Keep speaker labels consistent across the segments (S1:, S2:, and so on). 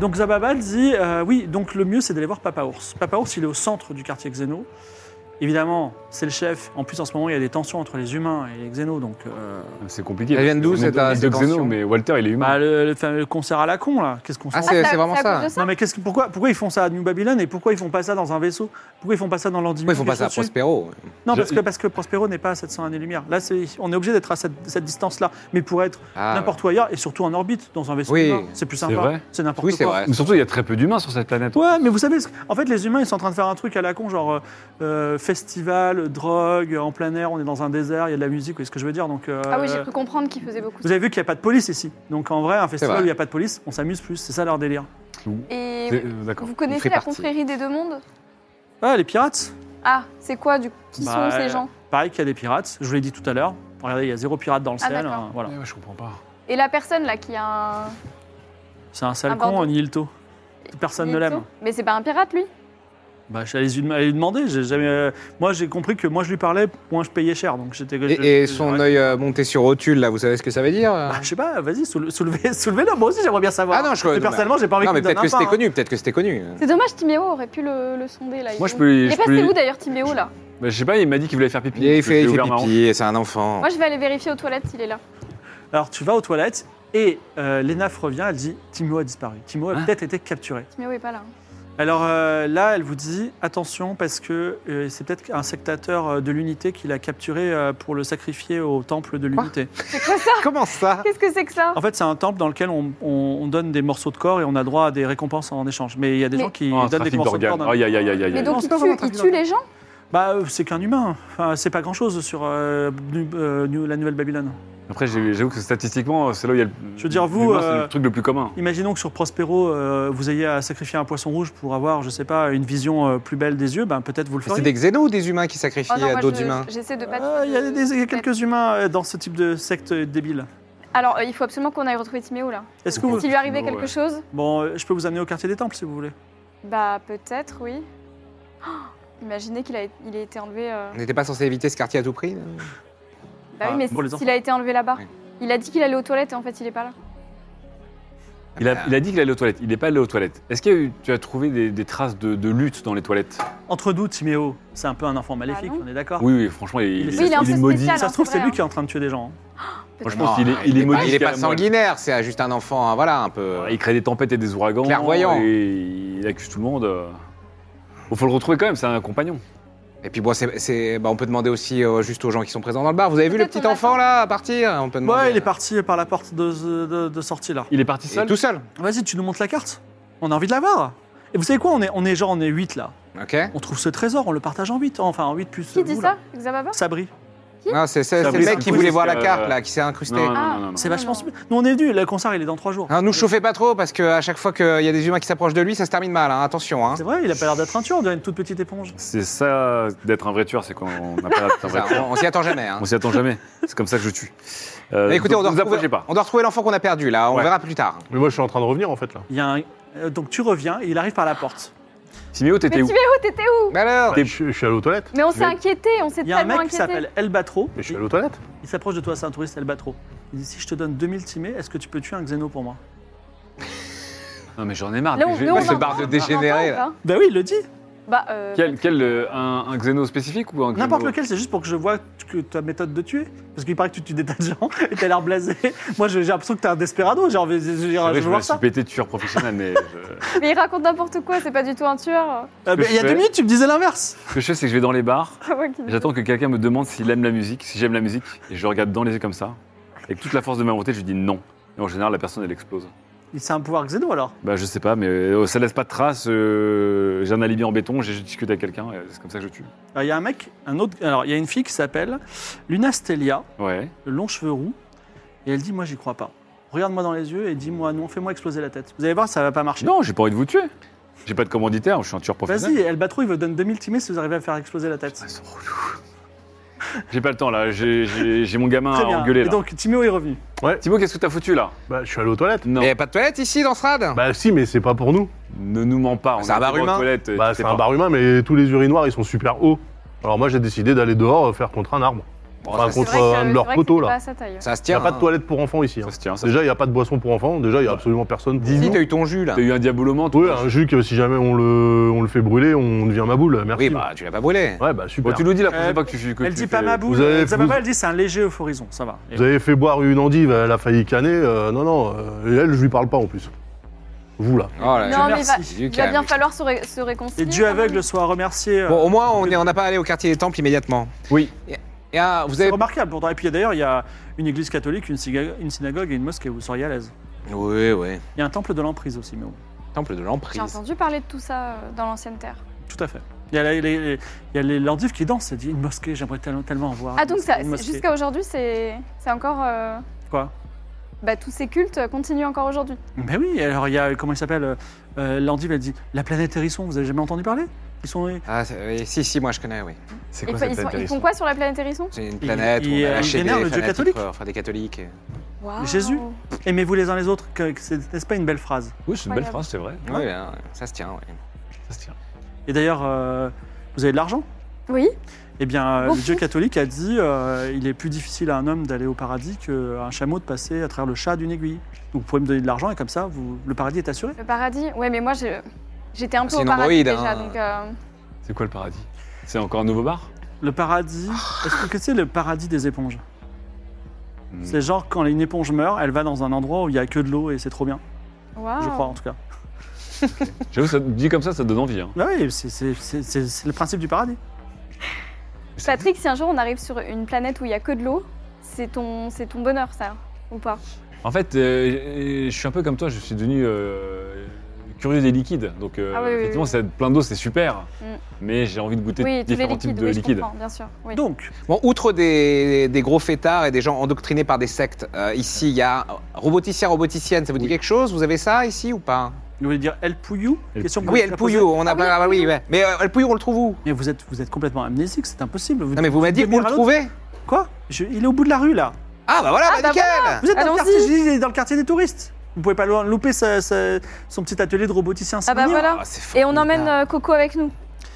S1: Donc Zababal dit euh, oui, donc le mieux c'est d'aller voir Papa Ours. Papa Ours, il est au centre du quartier Xeno. Évidemment, c'est le chef. En plus, en ce moment, il y a des tensions entre les humains et les Xénos. Donc, euh,
S2: C'est compliqué.
S3: Elles viennent d'où,
S2: C'est
S3: cette-
S2: de-
S3: cette
S2: de Xeno,
S3: tension
S2: mais Walter, il est humain.
S1: bah, le, le fameux concert à la con, là, qu'est-ce qu'on s'en
S3: Ah,
S1: fout
S3: c'est
S4: ça-
S3: c'est vraiment
S4: c'est à
S3: ça.
S4: cause de
S1: Non, mais qu'est-ce que, pourquoi, pourquoi ils font ça à New Babylon et pourquoi ils font pas ça dans un vaisseau Pourquoi ils font pas ça dans l'Andy
S3: Pourquoi ils font pas ça à Prospero
S1: Non,
S2: Je-
S1: parce que, parce que Prospero n'est pas à 700 années-lumière. Là, c'est, on est obligé d'être à cette, cette distance-là. Mais pour être
S3: Ah,
S1: n'importe où ailleurs et surtout en orbite, dans un vaisseau
S3: Oui.
S1: humain, c'est plus
S2: C'est
S1: sympa.
S2: vrai.
S1: n'importe
S3: Oui, c'est
S1: quoi.
S3: vrai.
S2: Mais surtout, il y a très peu d'humains sur cette planète.
S1: Ouais, mais vous savez, ce- en fait, les humains, ils sont en train de faire un truc à la con, genre euh, euh, festival, drogue, en plein air, on est dans un désert, il y a de la musique, vous voyez ce que je veux dire. Donc, euh,
S4: Ah oui, j'ai cru comprendre qu'il faisait beaucoup
S1: vous avez vu qu'il n'y a pas de police ici. Donc en vrai, un festival
S3: vrai.
S1: où il n'y a pas de police, on s'amuse plus. C'est ça leur délire.
S4: ça. Et
S2: C'est- euh, D'accord.
S4: vous
S3: Il
S4: connaissez
S3: fait
S4: la
S3: partie.
S4: confrérie des deux mondes
S1: Ah, les pirates
S4: Ah, c'est quoi du Qui
S1: Bah,
S4: sont ces gens
S1: Pareil qu'il y a des pirates, je vous l'ai dit tout à l'heure. Regardez, il y a zéro pirate dans le
S4: Ah,
S1: ciel.
S4: d'accord.
S1: hein, voilà.
S2: Ouais, ouais, je comprends pas.
S4: Et la personne là qui a un.
S1: C'est un sale
S4: Un
S1: con,
S4: bandeau.
S1: un Hilto. Personne ne l'aime.
S4: Mais c'est pas un pirate lui
S1: Bah, j'allais lui allez lui demander. J'ai jamais. euh, Moi, j'ai compris que moi je lui parlais, moins je payais cher. Donc j'étais. je-
S3: Et, et
S1: je-
S3: son
S1: j'aurais-
S3: œil euh, monté sur rotule, là, vous savez ce que ça veut dire
S1: Bah, je sais pas. Vas-y, soule- soulevez, soulevez-le. Moi aussi, j'aimerais bien savoir.
S3: Ah non, je-
S1: Mais
S3: non,
S1: personnellement, j'ai pas envie
S3: Non,
S1: qu'on
S3: mais
S1: me donne
S3: peut-être que
S1: un pain,
S3: c'était
S1: hein.
S3: connu, peut-être que c'était connu.
S4: C'est dommage, Timéo aurait pu le, le sonder là.
S2: Moi,
S4: il-
S2: je peux-
S4: Il
S2: je
S4: est passé
S2: peux-
S4: où d'ailleurs Timéo là
S2: Bah, je sais pas, il m'a dit qu'il voulait faire pipi.
S3: Il fait,
S2: Je l'ai
S3: il fait
S2: ouvert ma hanche.
S3: pipi, c'est un enfant.
S4: Moi je vais aller vérifier aux toilettes s'il est là.
S1: Alors tu vas aux toilettes et euh, Lénaf revient. Elle dit Timo a disparu. Timo a
S3: Ah.
S2: Hein
S1: peut-être été capturé.
S4: Timéo est pas là.
S1: Alors euh, là, elle vous dit attention parce que euh, c'est peut-être un sectateur euh, de l'unité qui l'a capturé euh, pour le sacrifier au temple de
S3: Quoi
S1: l'unité.
S3: Comment
S1: Ah.
S3: ça
S4: Qu'est-ce que c'est que ça
S1: En fait, c'est un temple dans lequel on, on- on donne des morceaux de corps et on a droit à des récompenses en échange. Mais il y a des
S4: Mais-
S1: gens qui
S2: Oh,
S3: Ah,
S2: un
S1: donnent des
S2: trafic
S1: morceaux de hein. corps.
S2: d'organes.
S1: dans-
S2: Aïe, aïe, aïe, aïe, aïe.
S4: Mais
S1: non,
S4: donc
S1: c'est
S4: il
S1: pas
S4: tue,
S1: vraiment un
S4: il
S1: trafic
S4: tue les gens
S1: Bah, euh, c'est qu'un humain. Enfin, c'est pas grand-chose sur euh, Nu- euh, Nu- la Nouvelle Babylone.
S2: Après, j'ai- j'avoue que statistiquement, c'est là où il y a le.
S1: Je veux dire, vous,
S2: l'humain, c'est
S1: euh,
S2: le truc le plus commun.
S1: Imaginons que sur Prospero, euh, vous ayez à sacrifier un poisson rouge pour avoir, je sais pas, une vision euh, plus belle des yeux. Ben, peut-être vous le
S3: Mais C'est
S1: feriez.
S3: des xénos ou des humains qui sacrifient
S4: Oh non,
S3: à
S4: moi,
S3: d'autres
S4: je-
S3: humains
S4: J'essaie de pas.
S1: Ah, Il y a des- il y a quelques humains euh, dans ce type de secte débile.
S4: Alors euh, il faut absolument qu'on aille retrouver Timéo là.
S1: Est-ce que vous...
S4: S'il lui arrivait
S2: Timéo,
S4: quelque
S2: ouais.
S4: chose,
S1: Bon, euh, je peux vous amener au quartier des temples si vous voulez.
S4: bah peut-être oui. Oh, Imaginez qu'il a, il ait été enlevé. euh,
S3: On n'était pas censé éviter ce quartier à tout prix là
S4: Bah
S1: Ah,
S4: oui, mais
S1: pour les enfants.
S4: s'il a été enlevé là-bas.
S3: Oui.
S4: Il a dit qu'il allait aux toilettes et en fait il est pas là.
S2: Il a, il a dit qu'il allait aux toilettes. Il n'est pas allé aux toilettes. Est-ce que tu as trouvé des, des traces de, de lutte dans les toilettes
S1: Entre nous, Timéo, c'est un peu un enfant maléfique,
S4: Ah non
S1: on est d'accord
S2: Oui, oui, franchement, il,
S1: Oui,
S4: il est un peu
S2: maudit.
S4: spécial.
S1: Ça se trouve,
S4: c'est
S1: c'est
S4: vrai,
S1: lui
S4: hein.
S1: qui est en train de tuer des gens. hein.
S2: Moi, je
S3: Non,
S2: pense qu'il est, il est
S3: pas-
S2: maudit.
S3: il est pas
S2: carrément.
S3: sanguinaire, c'est juste un enfant, hein, voilà, un peu.
S2: Euh, Il crée des tempêtes et des ouragans.
S3: Clairvoyant.
S2: Et il accuse tout le monde. Il faut le retrouver quand même, c'est un compagnon.
S3: Et puis bon, c'est, c'est- bah, on peut demander aussi euh, juste aux gens qui sont présents dans le bar. Vous avez vu le
S4: Peut-être
S3: petit
S4: on
S3: enfant
S4: attend.
S3: là à partir On peut demander.
S1: Ouais, il est parti par la porte de, de- de sortie là.
S2: Il est parti
S3: Il est
S2: seul
S3: tout seul.
S1: Vas-y, tu nous montres la carte. On a envie de la voir. Et vous savez quoi on est, on est genre, on est 8 là.
S3: Ok.
S1: On trouve ce trésor, on le partage en 8. Enfin, en 8 plus.
S4: Qui
S1: euh,
S4: dit
S1: vous,
S4: ça
S1: là.
S4: Xababa
S1: Sabri.
S3: Non, c'est,
S2: Ça
S3: c'est- c'est le
S2: brise
S3: mec
S2: un
S3: qui
S2: peu,
S3: voulait
S2: parce
S3: voir la
S2: que,
S3: carte
S2: euh,
S3: là, qui s'est incrusté.
S2: Non, non,
S4: Ah.
S2: non, non, non.
S1: C'est
S4: Non,
S1: vachement.
S4: non.
S1: sp- Nous, on est venus. Le concert, il est dans 3 jours. Euh,
S3: Hein, nous chauffez pas trop parce que à chaque fois qu'il y a des humains qui s'approchent de lui, ça se termine mal. hein, Attention. Hein.
S1: C'est vrai, il a pas l'air d'être un tueur. On dirait une toute petite éponge.
S2: C'est ça d'être un vrai tueur, c'est quand on n'a pas l'air d'être un vrai
S3: Ça,
S2: tueur.
S3: on, on s'y attend jamais. hein.
S2: On s'y attend jamais. C'est comme ça que je tue. Euh,
S3: Mais écoutez,
S2: donc,
S3: on doit,
S2: ne vous
S3: retrouver,
S2: approchez pas.
S3: on doit retrouver l'enfant qu'on a perdu là. On
S2: Ouais.
S3: verra plus tard.
S5: Mais moi, je suis en train de revenir en fait là.
S1: Il y a un- euh, Donc tu reviens et il arrive par la porte.
S2: Siméo,
S4: Mais
S2: t'étais où
S4: Timéo, t'étais où
S3: Mais alors,
S5: Bah, je, je suis allé aux toilettes.
S4: Mais on s'est
S2: Mais-
S4: inquiété, on s'est
S1: Il y a un
S4: tellement
S1: mec qui
S4: inquiété.
S1: s'appelle El Batro.
S5: Mais je suis allé aux toilettes.
S1: Il s'approche de toi, c'est un touriste El Batro. Il dit si je te donne 2000 timés, est-ce que tu peux tuer un xéno pour moi
S2: Non, mais j'en ai marre.
S4: Là, on-
S2: mais je vais-
S4: là, on
S2: Bah, c'est
S4: entend,
S3: barre de
S4: on
S3: dégénéré,
S4: entend ou
S1: Bah oui, il le dit.
S4: pas Bah, euh,
S2: Quel, quel, euh, un, un xéno spécifique ou un xéno-
S1: N'importe lequel, c'est juste pour que je vois que ta méthode de tuer. Parce qu'il paraît que tu tues des tas de gens et t'as l'air blasé. Moi, j'ai j'ai l'impression que t'es un desperado. J'ai envie, j'ai- j'ai-
S2: C'est vrai,
S1: je veux
S2: je me
S1: voir
S2: suis
S1: ça.
S2: pété de tueur professionnel, mais je-
S4: mais il raconte n'importe quoi, c'est pas du tout un tueur.
S1: Euh, mais
S2: que
S1: il y a
S2: je
S1: deux
S2: fais.
S1: minutes, tu me disais l'inverse.
S2: ce que je fais, c'est que je vais dans les bars,
S4: C'est moi qui dis.
S2: j'attends que quelqu'un me demande s'il aime la musique, si j'aime la musique, et je le regarde dans les yeux comme ça. Avec toute la force de ma volonté, je lui dis non. Et en général, la personne, elle explose.
S1: Il- C'est un pouvoir xéno alors
S2: Bah, je sais pas, mais euh, ça laisse pas de traces. euh, j'ai un alibi en béton, j'ai discuté avec quelqu'un, euh, c'est comme ça que je tue.
S1: Alors, Il y a un mec, un autre. Alors, il y a une fille qui s'appelle Luna Stelia,
S2: Ouais.
S1: le long cheveu roux, et elle dit Moi, j'y crois pas. Regarde-moi dans les yeux et dis-moi non, fais-moi exploser la tête. Vous allez voir, ça va pas marcher.
S2: Non, j'ai pas envie de vous tuer. J'ai pas de commanditaire, je suis un tueur
S1: Vas-y,
S2: professionnel.
S1: El Batrouille vous donne 2000 timés si vous arrivez à faire exploser la tête.
S2: Ils sont relous. J'ai pas le temps là, j'ai- j'ai j'ai mon gamin
S1: Très
S2: à
S1: bien.
S2: engueuler
S1: Et
S2: là.
S1: donc, Timéo est revenu.
S2: Thibaut, qu'est-ce que t'as foutu là
S5: Bah, je suis allé aux toilettes.
S2: Non,
S3: Il n'y a pas de toilette ici dans ce rad
S5: Bah, si, mais c'est pas pour nous.
S2: ne nous mens pas. on
S3: C'est un
S2: était
S3: bar
S2: dans la
S3: humain.
S2: toilette,
S5: Bah,
S2: t'étais
S5: c'est un
S2: pas-
S5: bar humain, mais tous les urinoirs, ils sont super hauts. Alors moi, j'ai décidé d'aller dehors euh, faire contre un arbre. Enfin,
S3: ça,
S4: C'est
S5: contre
S4: vrai que-
S5: un
S1: euh,
S4: c'est
S5: de leurs
S4: vrai que
S5: poteaux,
S4: c'était pas
S5: là.
S4: à sa taille.
S3: Ça se
S5: Il n'y
S3: tient.
S5: a pas de
S3: hein.
S5: toilet pour enfants ici. hein.
S2: Ça se tient, ça se
S5: Déjà, il n'y a pas de boisson pour enfants. Déjà, il n'y a absolument personne. pour
S3: Si,
S5: nous.
S3: t'as eu ton jus là.
S2: T'as eu un diabolomante
S5: Oui, un jus que si jamais on le, on le fait brûler, on devient ma boule. Merci.
S3: Oui, bah tu l'as pas brûlé.
S5: Ouais, bah
S2: Bon,
S5: super.
S2: tu nous dis la prochaine
S1: Euh,
S2: fois que tu fais. que
S1: Elle
S2: tu
S1: dit
S2: fais-
S1: pas ma boule.
S5: Vous avez-
S1: elle, ça va
S5: vous-
S1: pas, elle dit c'est un léger euphorison, ça va. Et-
S5: Vous avez fait boire une endive, elle a failli canner. euh, non, non. euh, et elle, je lui parle pas en plus. Vous là.
S3: Oh là là.
S4: Non, mais
S1: merci.
S4: va-
S3: Du
S4: il va
S3: calme.
S4: bien falloir se, ré- se réconcilier.
S1: Et Dieu
S4: quand même.
S1: aveugle soit remercié. euh,
S3: Bon, au moins, on est- on n'a pas allé au quartier des temples immédiatement.
S2: Oui.
S3: Et- Et ah, vous
S1: C'est
S3: avez.
S1: remarquable pourtant. Et puis d'ailleurs, il y a une église catholique, une, synagogue- une synagogue et une mosquée, vous seriez à l'aise.
S3: Oui, oui.
S1: Il y a un temple de l'emprise aussi, mais bon,
S3: Temple de
S4: J'ai
S3: l'emprise.
S4: entendu parler de tout ça euh, dans l'ancienne terre.
S1: tout à fait. Il y a les, les- les- il y a les Landives qui dansent, elle dit une mosquée, j'aimerais tellement, tellement en voir.
S4: Ah donc
S1: Une
S4: ça,
S1: mosquée.
S4: jusqu'à aujourd'hui, c'est c'est encore... euh,
S1: Quoi
S4: Bah tous ces cultes euh, continuent encore aujourd'hui.
S1: Mais Ben oui, alors il y a, comment il s'appelle euh, euh, L'Andive, elle dit la planète Hérisson, vous avez jamais entendu parler Ils sont. ils-
S3: Ah, c'est- oui, si, si, moi je connais, oui.
S5: C'est
S4: Et ils, font- ils font quoi sur la planète Hérisson
S3: C'est une planète
S1: il-
S3: où on a
S1: il
S3: lâché des
S1: vénère le dieu
S3: fanatiques,
S1: catholique.
S3: euh, enfin des catholiques. et-
S4: Waouh.
S1: Jésus. Aimez-vous les uns les autres que- que c'est- N'est-ce pas une belle phrase
S2: Oui, c'est une
S4: Incroyable.
S2: belle phrase, c'est vrai.
S3: Oui, hein, ça se tient, oui.
S2: Ça se tient.
S1: Et d'ailleurs, euh, vous avez de l'argent
S4: Oui,
S1: Eh bien, euh, le
S4: Beaucoup.
S1: Dieu catholique a dit euh, il est plus difficile à un homme d'aller au paradis qu'à un chameau de passer à travers le chat d'une aiguille. Donc vous pouvez me donner de l'argent et comme ça, vous- le paradis est assuré.
S4: le paradis. Ouais, mais moi j'ai- j'étais un peu
S3: C'est
S4: au
S3: une
S4: paradis
S3: androïde,
S4: déjà,
S3: hein.
S4: donc... euh,
S2: C'est quoi le paradis C'est encore un nouveau bar
S1: Le paradis. Est-ce que c'est le paradis des éponges C'est genre quand une éponge meurt, elle va dans un endroit où il n'y a que de l'eau et c'est trop bien.
S4: waouh.
S1: Je crois en tout cas.
S2: J'avoue, ça dit comme ça, ça donne envie. hein.
S1: Bah oui, c'est- c'est c'est- c'est- c'est le principe du paradis.
S4: Patrick, si un jour on arrive sur une planète où il y a que de l'eau, c'est ton, c'est ton bonheur ça, ou pas
S2: En fait, euh, je suis un peu comme toi, je suis devenu euh, curieux des liquides. Donc, euh,
S4: Ah oui, oui,
S2: effectivement,
S4: oui.
S2: ça- plein d'eau, c'est super.
S4: Mm.
S2: Mais j'ai envie de goûter
S4: Oui, tous les
S2: différents
S4: liquides,
S2: types de
S4: oui, je
S2: liquides.
S4: comprends, bien sûr. oui.
S1: Donc,
S3: Bon, outre des, des gros fêtards et des gens endoctrinés par des sectes, euh, ici, il y a roboticien, roboticienne, ça vous dit quelque chose Vous avez ça ici ou pas
S1: vous voulez dire El Pouillou
S2: El
S1: Question que
S3: Oui,
S1: vous
S3: El
S1: avez
S3: Pouillou,
S1: posée.
S3: on a...
S4: Ah oui,
S3: ah oui, ouais. Mais euh, El Pouillou, on le trouve où
S1: Mais vous êtes, vous êtes complètement amnésique, c'est impossible.
S3: Non, mais vous m'avez dit
S1: devenez
S3: où le
S1: un autre-
S3: trouver
S1: Quoi Je- Il est au bout de la rue là.
S3: Ah bah voilà,
S4: Ah,
S3: bah
S4: bah
S3: nickel
S1: Vous êtes dans le,
S4: Allons-y.
S1: quartier, je dis, il est dans le quartier des touristes. Vous pouvez pas lo- louper sa- sa- son petit atelier de roboticien. c'est
S4: Ah bah
S1: mignon.
S4: voilà.
S3: Ah, c'est
S4: Et on
S3: formidable.
S4: emmène euh, Coco avec nous.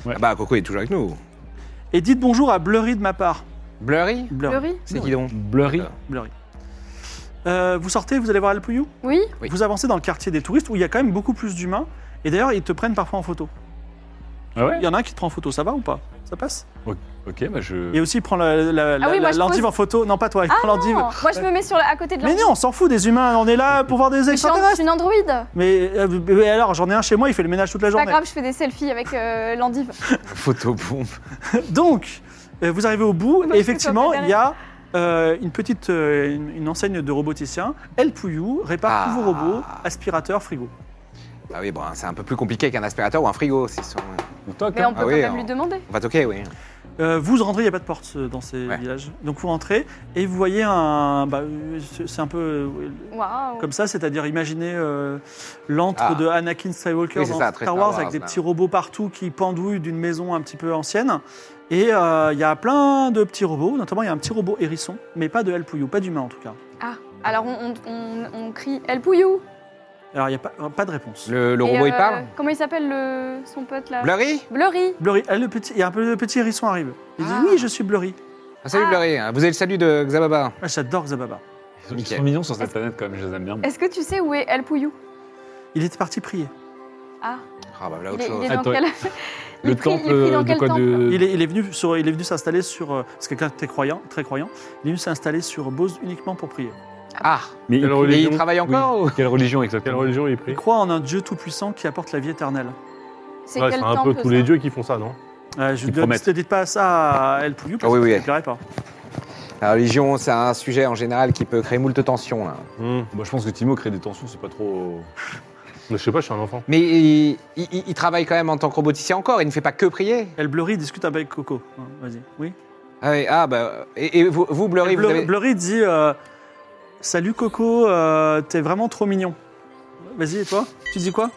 S3: Ah bah Coco est toujours avec nous.
S1: Et dites bonjour à Blurry de ma part.
S3: Blurry
S1: Blurry.
S4: Le riz
S3: C'est qui donc
S2: Blurry.
S1: Blurry. Euh, vous sortez, vous allez voir El Pouillou.
S4: Oui.
S3: Oui.
S1: Vous avancez dans le quartier des touristes où il y a quand même beaucoup plus d'humains. Et d'ailleurs, ils te prennent parfois en photo.
S2: Ah ouais
S1: Il y en a un qui te prend en photo, ça va ou pas Ça passe
S2: Ok, bah je.
S1: Et aussi, il prend la- la- la-
S4: oui,
S1: la-
S4: moi, je
S1: l'endive
S4: pose-
S1: en photo. Non, pas toi, il
S4: Ah
S1: prend l'endive.
S4: non, Moi je me mets sur le- à côté de
S1: Mais
S4: l'endive.
S1: non, on s'en fout des humains, on est là pour voir des
S4: Mais je suis en- je
S1: extraterrestres.
S4: suis une androïde.
S1: Mais, euh, mais alors, j'en ai un chez moi, il fait le ménage toute la
S4: Pas
S1: journée.
S4: grave, je fais des selfies avec euh, l'endive.
S3: Photopompe.
S1: Donc, euh, vous arrivez au bout,
S4: Moi,
S1: et
S4: je fais
S1: effectivement,
S4: ça
S1: il y a euh, une petite euh, une, une enseigne de roboticien. El Pouillou répare tous vos
S3: Ah.
S1: robots, aspirateur, frigo.
S3: Ah oui, bon, c'est un peu plus compliqué qu'un aspirateur ou un frigo. c'est son-
S2: On toque,
S4: Mais
S2: hein.
S4: on peut
S3: Ah
S4: quand
S3: oui,
S4: même
S3: on-
S4: lui demander.
S3: On va toquer, oui.
S1: Euh, vous rentrez, il n'y a pas de porte euh, dans ces
S3: Ouais.
S1: villages. Donc vous rentrez et vous voyez un. bah, euh, c'est c'est un peu euh,
S4: Waouh.
S1: comme ça, c'est-à-dire imaginez euh, l'antre
S3: Ah.
S1: de Anakin Skywalker
S3: Oui, c'est
S1: dans
S3: ça,
S1: Star,
S3: très Star
S1: Wars,
S3: Wars,
S1: avec des
S3: là.
S1: petits robots partout qui pendouillent d'une maison un petit peu ancienne. Et euh, il y a plein de petits robots, notamment il y a un petit robot hérisson, mais pas de El Pouillou, pas d'humain en tout cas.
S4: Ah, alors on, on- on- on crie El Pouillou.
S1: Alors il n'y a pas, euh, pas de réponse.
S3: Le, le
S4: Et,
S3: robot, il
S4: euh,
S3: parle
S4: Comment il s'appelle le... son pote là
S3: Blurry
S4: Blurry.
S1: Blurry, ah, le petit, il y a un peu le petit hérisson arrive. Il
S3: Ah.
S1: dit oui, je suis Blurry.
S3: Ah, Salut
S4: Ah.
S3: Blurry, vous avez le salut de Xababa.
S1: Ah, J'adore Zababa.
S2: Ils sont- Ils
S3: Nickel.
S2: sont mignons sur cette planète quand même, je les aime bien.
S4: Est-ce que tu sais où est El Pouillou
S1: Il était parti prier.
S4: Ah,
S3: Ah bah voilà
S4: il
S3: autre
S4: est, il
S3: chose.
S4: est dans
S2: Attends.
S4: quel... il
S2: Le
S4: est pris- il est
S2: temple
S4: pris dans
S2: de
S4: quel
S2: quoi
S4: temple
S2: de.
S1: Il est, il est venu sur, il est venu s'installer sur, euh, parce que quelqu'un de très croyant, très croyant, il est venu s'installer sur Bose uniquement pour prier.
S3: Ah,
S2: Mais il-
S5: Quelle
S3: et
S5: religion,
S3: il travaille encore ou
S2: Quelle religion
S5: Quelle
S2: exactement
S5: religion il
S1: Il
S5: prie
S1: croit en un Dieu tout puissant qui apporte la vie éternelle.
S4: C'est
S5: Ouais,
S4: quel
S5: C'est un
S4: temple,
S5: peu tous
S4: ça
S5: les dieux qui font ça, non
S1: Euh, je
S2: Ils
S1: ne
S2: promettent.
S1: te dites pas ça à El Pouillou parce
S3: Ah oui,
S1: que
S3: oui.
S1: ça ne plairait pas.
S3: La religion, c'est un sujet en général qui peut créer moult tensions. hein. Là.
S5: Hmm.
S2: Moi, Bah, je pense que Timo crée des tensions, c'est pas trop.
S5: Mais je sais pas, je suis un enfant.
S3: Mais il, il- il travaille quand même en tant que roboticien encore, il ne fait pas que prier.
S1: Elle Blurry discute avec Coco. Hein, Vas-y. Oui.
S3: Ah, oui, ah, bah, et, et vous, vous, Blurry, vous
S1: Blurry,
S3: avez...
S1: Blurry dit euh, Salut Coco, euh, t'es vraiment trop mignon. Vas-y, et toi Tu dis quoi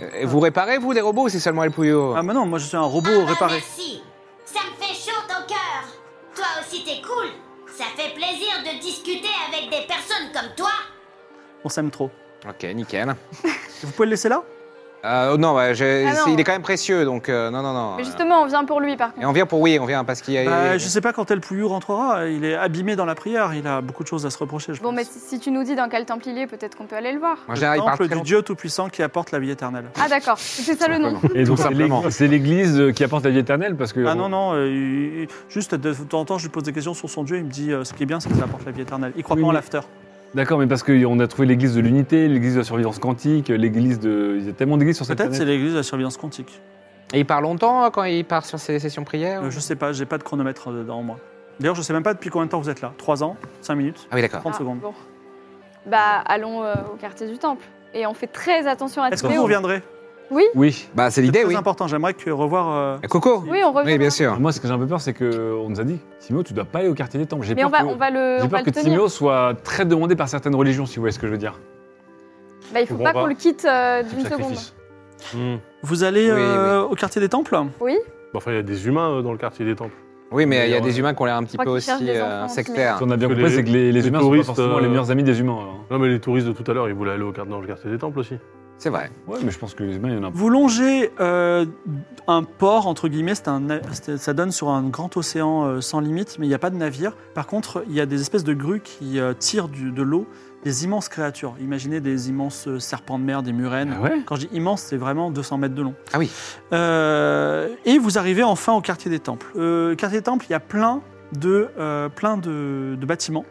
S3: Et euh, Vous réparez, vous, des robots ou c'est seulement El Puyo
S1: Ah, mais non, moi je suis un robot
S6: bah
S1: réparé.
S6: Merci. Ça me fait chaud ton cœur. Toi aussi t'es cool. Ça fait plaisir de discuter avec des personnes comme toi.
S1: On s'aime trop.
S3: Ok, nickel.
S1: Vous pouvez le laisser là
S3: Euh, non, ouais, j'ai-
S4: Ah non.
S3: c'est- il est quand même précieux, donc euh, non, non, non.
S4: Mais justement, on vient pour lui, par
S3: Et
S4: contre.
S3: on vient pour oui, on vient parce qu'il y a.
S1: Bah, Je sais pas quand El Pouillou rentrera. Il est abîmé dans la prière. Il a beaucoup de choses à se reprocher. Je
S4: Bon, mais
S1: pense.
S4: si, si tu nous dis dans quel temple il est, peut-être qu'on peut aller le voir.
S3: En général, il parle
S1: Temple
S3: très
S1: du Dieu Tout-Puissant qui apporte la vie éternelle.
S4: Ah d'accord, c'est ça le nom.
S2: Et donc, c'est
S3: simplement.
S2: l'Église- c'est l'église euh, qui apporte la vie éternelle parce que.
S1: Ah non, non, euh, il- il- juste de temps en temps, je lui pose des questions sur son Dieu. Il me dit euh, Ce qui est bien, c'est que ça apporte la vie éternelle. Il croit
S2: Oui,
S1: pas en
S2: mais-
S1: l'after.
S2: D'accord, mais parce qu'on a trouvé l'église de l'unité, l'église de la survivance quantique, l'église de. Il y a tellement d'églises sur cette
S1: Peut-être c'est
S2: planète.
S1: l'église de la surveillance quantique.
S3: Et il part longtemps hein, quand il part sur ses sessions prières
S1: Euh,
S3: ou-
S1: je sais pas, j'ai pas de chronomètre euh, dans moi. D'ailleurs, je sais même pas depuis combien de temps vous êtes là. 3 ans 5 minutes
S3: Ah oui, d'accord.
S1: 30 secondes.
S4: bon. Bah allons euh, au quartier du temple. Et on fait très attention à
S1: Est-ce que
S4: Théo.
S1: vous reviendrez
S2: Oui.
S3: Bah, c'est
S1: C'est
S3: l'idée,
S1: très
S3: oui.
S1: important. J'aimerais que revoir. euh,
S3: Et Coco
S4: Oui, on revient.
S3: Oui, bien sûr.
S2: Moi, ce que j'ai un peu peur, c'est qu'on nous a dit Timo, tu dois pas aller au quartier des temples. J'ai
S4: Mais
S2: peur
S4: on va,
S2: que,
S4: on va le, on
S2: j'ai
S4: va
S2: peur que
S4: le tenir.
S2: Timo soit très demandé par certaines religions, si vous voyez ce que je veux dire.
S4: Bah, il faut
S5: Bon,
S4: pas
S5: bah.
S4: qu'on le quitte euh, d'une seconde.
S2: Sacrifice.
S3: Ah.
S5: Hmm.
S1: Vous allez
S3: Oui,
S1: euh, au quartier des temples
S4: Oui,
S5: Bah, Enfin, il y a des humains euh, dans le quartier des temples.
S3: Oui, mais
S5: Mais
S3: il y a
S5: on-
S3: des humains qui ont l'air un petit
S4: Je crois
S3: peu
S4: qu'ils cherchent
S3: aussi
S4: des
S3: euh,
S4: enfants
S2: Ce
S3: sectaires.
S2: qu'on a bien
S5: Parce que
S2: compris,
S5: les-
S2: c'est que les, les
S5: les
S2: humains sont pas
S5: touristes,
S2: forcément
S5: euh,
S2: les meilleurs amis des humains. hein.
S5: Non, mais les touristes de tout à l'heure, ils voulaient aller au quart- dans le quartier des temples aussi.
S3: C'est vrai.
S2: Ouais, mais je pense que les humains, il y en a un peu.
S1: Vous longez euh, un port, entre guillemets, c'est un na- c'est- ça donne sur un grand océan euh, sans limite, mais il n'y a pas de navire. Par contre, il y a des espèces de grues qui euh, tirent du- de l'eau des immenses créatures. Imaginez des immenses euh, serpents de mer, des murènes.
S2: Ah ouais
S1: Quand je dis immense, c'est vraiment 200 mètres de long.
S3: Ah oui.
S1: Euh, et vous arrivez enfin au quartier des temples. Euh, quartier des temples, il y a plein de, euh, plein de, de bâtiments.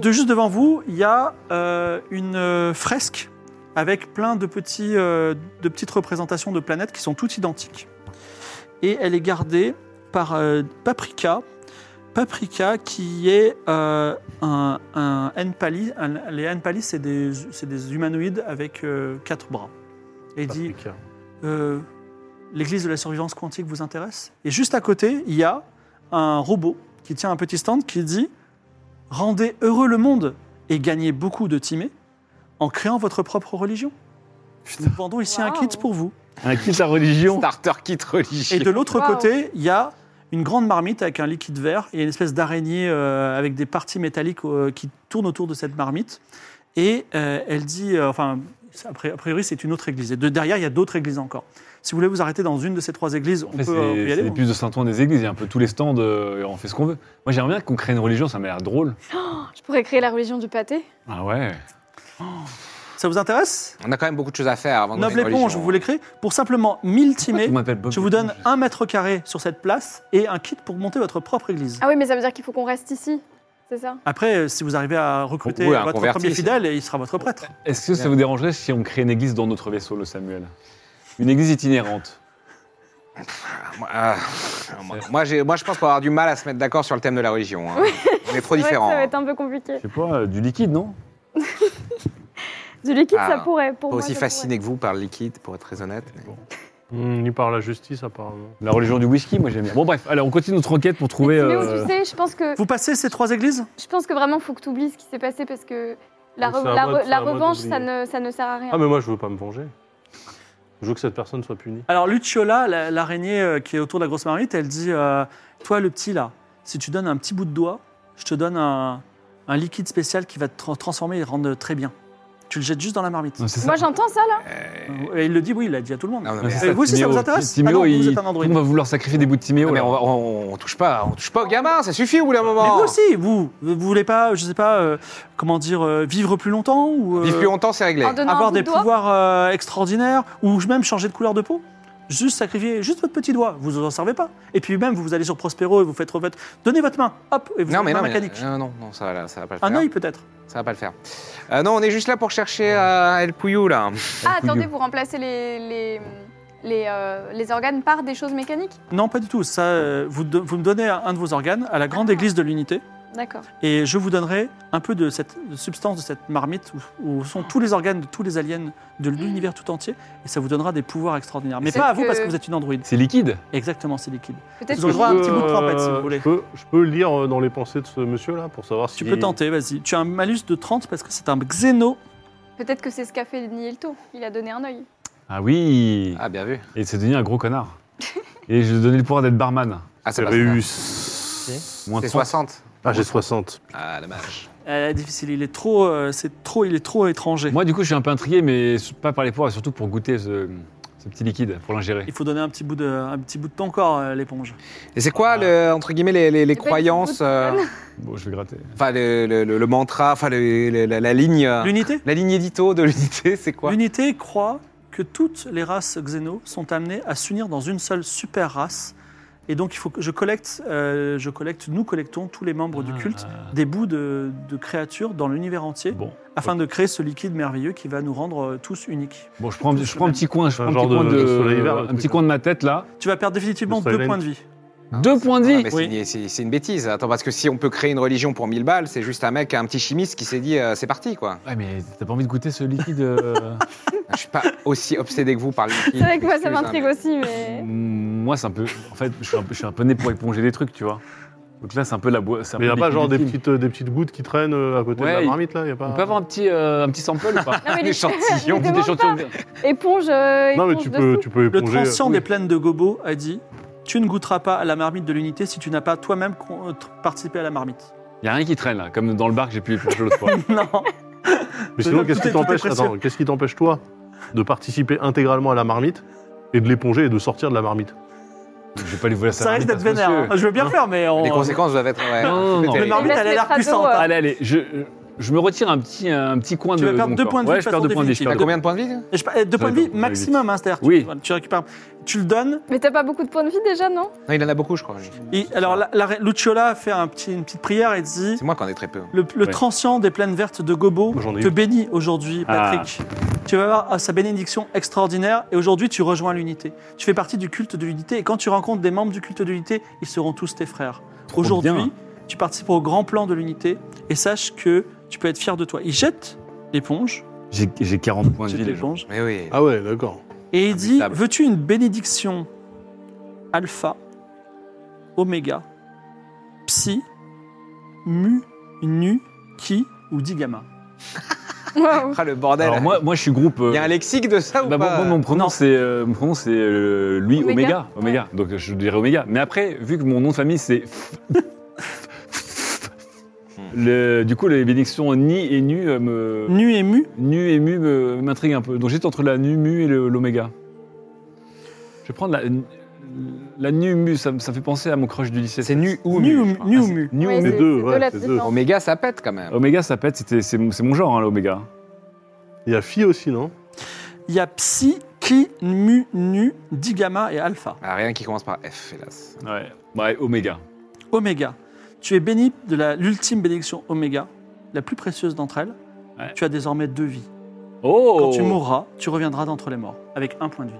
S1: De juste devant vous, il y a euh, une euh, fresque avec plein de, petits, euh, de petites représentations de planètes qui sont toutes identiques. Et elle est gardée par euh, Paprika. Paprika qui est euh, un, un Npali. Un- les Npali, c'est des, c'est des humanoïdes avec euh, quatre bras. Et il dit,
S5: Africain.
S1: euh, l'église de la surveillance quantique vous intéresse Et juste à côté, il y a un robot qui tient un petit stand qui dit Rendez heureux le monde et gagnez beaucoup de timés en créant votre propre religion. Nous vendons ici un kit
S4: Wow.
S1: pour vous.
S2: Un kit à religion.
S3: Starter kit
S1: Et
S3: religieux.
S1: de l'autre
S4: Wow.
S1: côté, il y a une grande marmite avec un liquide vert et une espèce d'araignée euh, avec des parties métalliques euh, qui tournent autour de cette marmite. Et euh, elle dit, euh, enfin, c'est- a pri- a priori, c'est une autre église. Et de derrière, il y a d'autres églises encore. Si vous voulez vous arrêter dans une de ces trois églises, on
S2: En
S1: peut
S2: fait, c'est-
S1: euh, on peut y
S2: c'est
S1: aller.
S2: les puces de Saint-Ouen des églises. Il y a un peu tous les stands, euh, on fait ce qu'on veut. Moi, j'aimerais bien qu'on crée une religion, ça m'a l'air drôle.
S4: je pourrais créer la religion du pâté.
S2: Ah ouais.
S1: Ça vous intéresse
S3: On a quand même beaucoup de choses à faire avant de
S1: Noble
S3: créer une
S1: éponge,
S3: religion.
S1: vous voulez créer Pour simplement 1000 timés,
S2: On m'appelle Bob.
S1: je vous donne un mètre carré sur cette place et un kit pour monter votre propre église.
S4: Ah oui, mais ça veut dire qu'il faut qu'on reste ici, c'est ça
S1: Après, euh, si vous arrivez à recruter
S3: Ouais, un
S1: votre
S3: converti,
S1: premier
S3: c'est-
S1: fidèle, il sera votre prêtre.
S2: Est-ce que ça vous dérangerait si on crée une église dans notre vaisseau, le Samuel Une église itinérante.
S3: Moi, euh, moi- moi, j'ai- moi, je pense qu'on va avoir du mal à se mettre d'accord sur le thème de la religion. hein. On est trop
S4: C'est vrai que
S3: différents.
S4: ça va
S3: hein.
S4: être un peu compliqué.
S2: Je sais pas, euh, du liquide, non
S4: Du liquide,
S3: Ah,
S4: ça pourrait. Pour
S3: Pas
S4: moi,
S3: aussi
S4: ça pourrait.
S3: fasciné que vous par le liquide, pour être très honnête. mais-
S5: Hmm, ni par la justice, apparemment.
S2: La religion du whisky, moi j'aime bien. Bon, bref, allez, on continue notre enquête pour trouver.
S4: Mais
S2: euh,
S4: tu sais, je pense que
S1: Vous passez ces trois églises
S4: je pense que vraiment faut que tu oublies ce qui s'est passé parce que la,
S5: Donc,
S4: re-
S5: c'est à
S4: la,
S5: moi-
S4: re-
S5: c'est
S4: la
S5: à moi
S4: revanche,
S5: d'oublier.
S4: ça ne, ça ne sert à rien.
S5: Ah, mais moi, je veux pas me venger. Je veux que cette personne soit punie.
S1: Alors Luciola, la- l'araignée euh, qui est autour de la grosse marmite, elle dit euh, Toi le petit là, si tu donnes un petit bout de doigt, je te donne un, un liquide spécial qui va te tra- transformer et rendre très bien. Tu le jettes juste dans la marmite.
S2: non, c'est ça.
S4: Moi j'entends ça là.
S1: Et il le dit, oui, il l'a dit à tout le monde.
S3: Non, non,
S2: Non,
S3: mais,
S2: c'est
S1: Et vous aussi, ça
S2: Timéo.
S1: vous intéresse
S2: Timéo,
S1: Ah non, vous
S2: il-
S1: êtes un androïde. Ah
S2: On va vouloir sacrifier des bouts de Timéo.
S3: Non, mais
S2: là.
S3: on, va- on- on touche pas, on touche pas au gamin, ça suffit au bout d'un moment.
S1: hein. Mais vous aussi, vous, vous voulez pas, je sais pas, euh, comment dire, euh, vivre plus longtemps ou euh,
S3: Vivre plus longtemps, c'est réglé.
S4: En donnant un
S1: avoir
S4: bout de
S1: des
S4: doigt.
S1: pouvoirs euh, extraordinaires ou même changer de couleur de peau Juste sacrifier juste votre petit doigt, vous en servez pas. Et puis même, vous allez sur Prospero et vous faites votre. Donnez votre main, hop, et vous
S3: Non,
S1: avez
S3: mais
S1: une main
S3: non, mais- euh,
S1: mécanique.
S3: non, non, non, ça, va là, ça va pas le
S1: Un
S3: faire.
S1: œil peut-être.
S3: Ça va pas le faire. Euh, non, on est juste là pour chercher euh, El Pouillou, là.
S4: Ah attendez, vous remplacez les les les, euh, les organes par des choses mécaniques.
S1: Non, pas du tout. Ça, euh, vous, do- vous me donnez un de vos organes à la grande église de l'unité.
S4: D'accord.
S1: Et je vous donnerai un peu de cette de substance de cette marmite où, où sont tous les organes de tous les aliens de l'univers tout entier et ça vous donnera des pouvoirs extraordinaires. Mais
S4: C'est
S1: pas à vous
S4: que-
S1: parce que vous êtes une androïde.
S2: C'est liquide
S1: Exactement, c'est liquide.
S4: Peut-être
S1: Vous aurez
S4: que
S1: droit à un
S4: je-
S1: petit bout de trompette, si vous
S5: Euh,
S1: voulez.
S5: Je peux, je peux lire euh, dans les pensées de ce monsieur-là pour savoir si.
S1: Tu peux tenter, vas-y. Tu as un malus de 30 parce que c'est un xéno.
S4: peut-être que c'est ce qu'a fait Nielto. Il a donné un œil.
S2: Ah oui
S3: Ah, bien vu.
S2: Et c'est devenu un gros connard. Et je lui ai donné le pouvoir d'être barman.
S3: Ah, ça passe.
S5: J'avais eu.
S2: Moins
S3: C'est
S2: 30.
S3: 60.
S5: Ah, j'ai 60.
S3: Ah, dommage.
S1: Euh, difficile, il est trop, euh, c'est trop, il est trop étranger.
S2: Moi, du coup, je suis un peu intrigué, mais pas par les pouvoirs, surtout pour goûter ce, ce petit liquide, pour l'ingérer.
S1: Il faut donner un petit bout de, un petit bout de ton corps, euh, l'éponge.
S3: Et c'est
S1: Ah.
S3: quoi, le, entre guillemets, les, les- les
S4: C'est pas une
S3: croyances,
S4: petite
S3: euh,
S2: Bon, je vais gratter.
S3: enfin, le, le- le- le mantra, enfin, le- le- la, la ligne. euh,
S1: L'unité
S3: La ligne édito de l'unité, c'est quoi
S1: L'unité croit que toutes les races xéno sont amenées à s'unir dans une seule super race. Et donc, il faut que je collecte, euh, je collecte, nous collectons tous les membres
S5: Ah.
S2: Ah.
S1: du culte des bouts de, de créatures dans l'univers entier
S2: Bon.
S1: afin de créer ce liquide merveilleux qui va nous rendre euh, tous uniques.
S2: Bon, je prends, je prends un petit coin, je prends
S5: Un
S2: un
S5: genre
S2: petit coin
S5: de-
S2: de,
S5: de soleil vert, le
S2: un
S5: truc, hein.
S2: petit
S5: là.
S2: coin de ma tête là.
S1: Tu vas perdre définitivement
S5: Le
S1: deux
S5: Silent.
S1: points de vie.
S2: Deux points de
S3: Ah,
S2: vie.
S3: mais
S1: Oui.
S3: c'est une- c'est c'est une bêtise. Attends, parce que si on peut créer une religion pour 1000 balles, c'est juste un mec, un petit chimiste qui s'est dit euh, c'est parti quoi.
S2: Ouais, mais t'as pas envie de goûter ce liquide euh,
S3: Je suis pas aussi obsédé que vous par le
S4: C'est vrai que moi, ça m'intrigue aussi, mais.
S2: Moi, c'est un peu. En fait, je suis un peu, je suis un peu né pour éponger des trucs, tu vois. Donc là, c'est un peu la boîte.
S5: Mais il n'y a pas genre des petites, euh, des petites gouttes qui traînent euh, à côté de
S2: Ouais,
S5: la
S2: il-
S5: marmite là y a pas...
S2: On peut avoir un petit, euh, un petit sample ou pas
S4: Non, mais les-
S3: L'échantillon,
S4: les
S2: Des
S4: demande
S2: échantillons.
S4: pas. Éponge. euh,
S5: Non, mais
S4: éponge
S5: tu
S4: de
S5: peux,
S4: fou.
S5: tu peux
S1: Le
S5: éponger.
S1: transient
S5: euh,
S1: des
S5: oui.
S1: plaines de Gobo a dit Tu ne goûteras pas à la marmite de l'unité si tu n'as pas toi-même con- euh, tr- participé à la marmite.
S2: Il y a rien qui traîne là, comme dans le bar que j'ai pu éponger l'autre fois.
S1: non
S5: euh, Mais sinon,
S1: Tout
S5: qu'est-ce
S1: est-
S5: qui
S1: tout est
S5: t'empêche
S1: précieux.
S5: attends, Qu'est-ce qui t'empêche toi de participer intégralement à la marmite et de l'éponger et de sortir de la marmite
S2: Je vais pas lui voler sa
S1: Ça risque
S2: marmite à
S1: d'être
S2: ce
S1: vénère.
S2: monsieur.
S1: hein. Je veux bien faire, mais on.
S3: Les conséquences doivent être. Ouais,
S2: Non, Oh.
S3: c'est
S2: non,
S3: terrible.
S1: Le marmite,
S4: On
S1: elle
S4: va
S1: a
S4: se
S1: l'air
S4: mettre à dos,
S1: puissante.
S4: euh,
S1: hein.
S2: Allez, allez, je, je me retire un petit, un petit coin
S1: Tu
S2: de.
S1: vas perdre
S2: mon
S1: deux
S2: corps.
S1: points de vie
S2: Ouais,
S1: de
S2: je perds
S1: façon
S2: deux points de vie. je
S1: définitive.
S2: perds
S3: T'as
S2: deux
S3: combien de points de vie
S1: Et je par- deux points de vie
S2: J'avais
S1: maximum, hein, c'est-à-dire que
S2: Oui.
S1: tu, voilà, tu récupères. Tu le donnes.
S4: Mais t'as pas beaucoup de points de vie déjà, non
S3: Non, il en a beaucoup, je crois. Je-
S1: Et alors, la, la- Lucciola fait un petit, une petite prière et dit
S3: C'est moi qui en ai très peu.
S1: Le, le
S2: Ouais.
S1: transient des plaines vertes de Gobo
S5: Moi, j'en ai
S1: te
S5: eu.
S1: bénit aujourd'hui,
S2: Ah.
S1: Patrick. Tu vas avoir ah, sa bénédiction extraordinaire et aujourd'hui tu rejoins l'unité. Tu fais partie du culte de l'unité et quand tu rencontres des membres du culte de l'unité, ils seront tous tes frères. Aujourd'hui,
S2: bien.
S1: tu participes au grand plan de l'unité et sache que tu peux être fier de toi. Il jette l'éponge,
S2: J'ai j'ai 40 points de
S1: jette
S2: vie, les gens.
S1: l'éponge
S3: Mais oui.
S5: Ah ouais, d'accord.
S1: et il dit
S3: Imbutable.
S1: Veux-tu une bénédiction alpha, oméga, psi, mu, nu, ki ou digama
S4: Waouh.
S3: Ah, le bordel.
S2: Alors moi, moi, je suis groupe. euh,
S3: Il y a un lexique de ça ou
S2: bah,
S3: pas
S2: moi, mon
S1: Non.
S2: pronom, c'est euh, mon pronom, c'est euh, lui,
S4: Oméga.
S2: Oméga. Oméga. Donc je dirais Oméga. Mais après, vu que mon nom de famille, c'est. Le- du coup, les bénédictions ni et nu euh, me.
S1: Nu et mu
S2: Nu et mu me- m'intrigue un peu. Donc j'étais entre la nu mu et le- l'oméga. Je vais prendre la, la nu mu, ça, me- ça me fait penser à mon crush du lycée.
S3: C'est nu ou
S1: Nu
S3: mu,
S1: ou
S3: je
S1: mu-
S3: crois.
S1: nu
S3: Ah,
S1: ou
S3: c'est-
S1: mu
S5: New
S4: Ouais,
S5: les
S4: c'est-
S5: deux,
S4: c'est
S5: ouais,
S4: deux la
S5: les deux.
S4: différence.
S3: Oméga, ça pète quand même.
S2: Oméga, ça pète, c'était- c'est mon c'est mon genre, hein, l'oméga.
S5: Il y a Phi aussi, non
S1: Il y a Psi, Ki, Mu, Nu, Digama et
S2: Euh.
S1: Alpha.
S3: Ah, rien qui commence par F, hélas.
S2: Ouais, ouais oméga.
S1: Oméga. Tu es béni de la- l'ultime bénédiction Oméga, la plus précieuse d'entre elles.
S2: Ouais.
S1: Tu as désormais deux vies.
S2: Oh
S1: Quand tu mourras, tu reviendras d'entre les morts, avec un point de vie.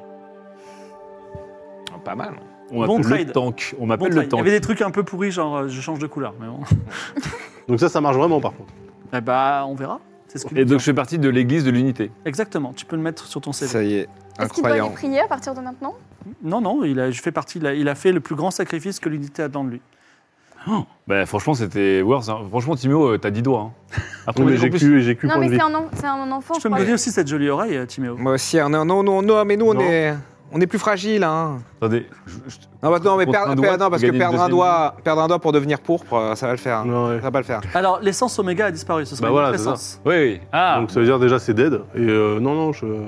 S3: Oh, Pas mal.
S2: On
S1: Bon
S2: m'appelle
S1: trade.
S2: le tank. On
S1: Bon
S2: m'appelle
S1: trade.
S2: le
S1: Il y
S2: tank.
S1: avait des trucs un peu pourris, genre euh, je change de couleur. Mais bon.
S5: Donc ça, ça marche vraiment par contre.
S1: Eh bah, on verra. C'est ce que
S2: Et donc je fais partie de l'église de l'unité.
S1: Exactement, tu peux le mettre sur ton CV.
S3: Ça y est.
S4: Est-ce qu'il doit y
S3: Incroyable.
S4: prier à partir de maintenant
S1: Non, non, il a, je fais partie, il a, il a fait le plus grand sacrifice que l'unité attend de lui.
S2: Bah, franchement, c'était worse. hein. Franchement, Timéo, euh, t'as 10 doigts. hein. Après,
S5: Oui,
S2: on
S5: mais
S2: est
S5: j'ai
S2: en plus-
S5: que j'ai que
S4: Non,
S5: point de
S4: mais
S5: vie.
S4: c'est un, en- c'est un enfant,
S1: Tu
S4: je
S1: peux me
S4: crois.
S1: donner aussi cette jolie oreille, euh, Timéo.
S3: Moi aussi, on est, non, non, non, mais nous, on
S2: Non.
S3: est, on est plus fragile. Hein.
S2: Attendez. je- je-
S3: Non, bah, non, mais
S2: Contre
S3: perdre,
S2: un doigt,
S3: perdre- non, parce
S2: tu
S3: que
S2: gagnes une
S3: perdre un,
S2: deuxième
S3: doigt, perdre un doigt pour devenir pourpre, euh, ça va le faire. hein.
S5: Ouais, ouais.
S3: Ça va pas le faire.
S1: Alors, l'essence Oméga a disparu, ce sera
S5: Bah
S1: une
S5: voilà,
S1: autre
S5: c'est ça.
S1: essence.
S2: Oui, oui. Ah
S5: Donc ça veut dire déjà c'est dead. Et euh, non, non, je... non.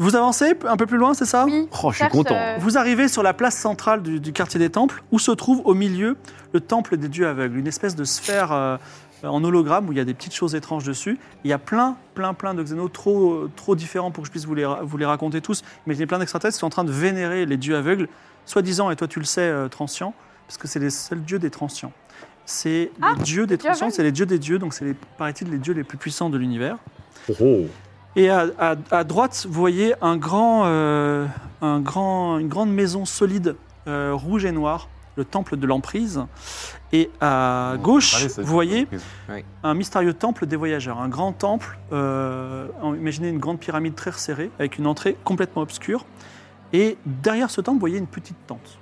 S1: Vous avancez un peu plus loin, c'est ça
S4: Oui.
S2: Oh, je suis
S4: Cherche,
S2: content.
S4: euh,
S1: Vous arrivez sur la place centrale du, du quartier des temples, où se trouve au milieu le temple des dieux aveugles, une espèce de sphère euh, en hologramme où il y a des petites choses étranges dessus. Il y a plein, plein, plein de xénos trop, euh, trop différents pour que je puisse vous les, ra- vous les raconter tous, mais il y a plein d'extraterrestres qui sont en train de vénérer les dieux aveugles, soi-disant, et toi tu le sais, euh, transient, parce que c'est les seuls dieux des transients. C'est
S4: Ah,
S1: les dieux des
S4: dieux
S1: transients,
S4: aveugles.
S1: c'est les dieux des dieux, donc c'est, les- paraît-il, les dieux les plus puissants de l'univers.
S2: Oh,
S1: Et à, à- à droite, vous voyez un grand, euh, un grand, une grande maison solide, euh, rouge et noire, le temple de l'emprise. Et à gauche,
S7: Allez, c'est-
S1: vous voyez
S7: c'est-
S1: un mystérieux temple des voyageurs, un grand temple. euh, imaginez une grande pyramide très resserrée, avec une entrée complètement obscure. Et derrière ce temple, vous voyez une petite tente.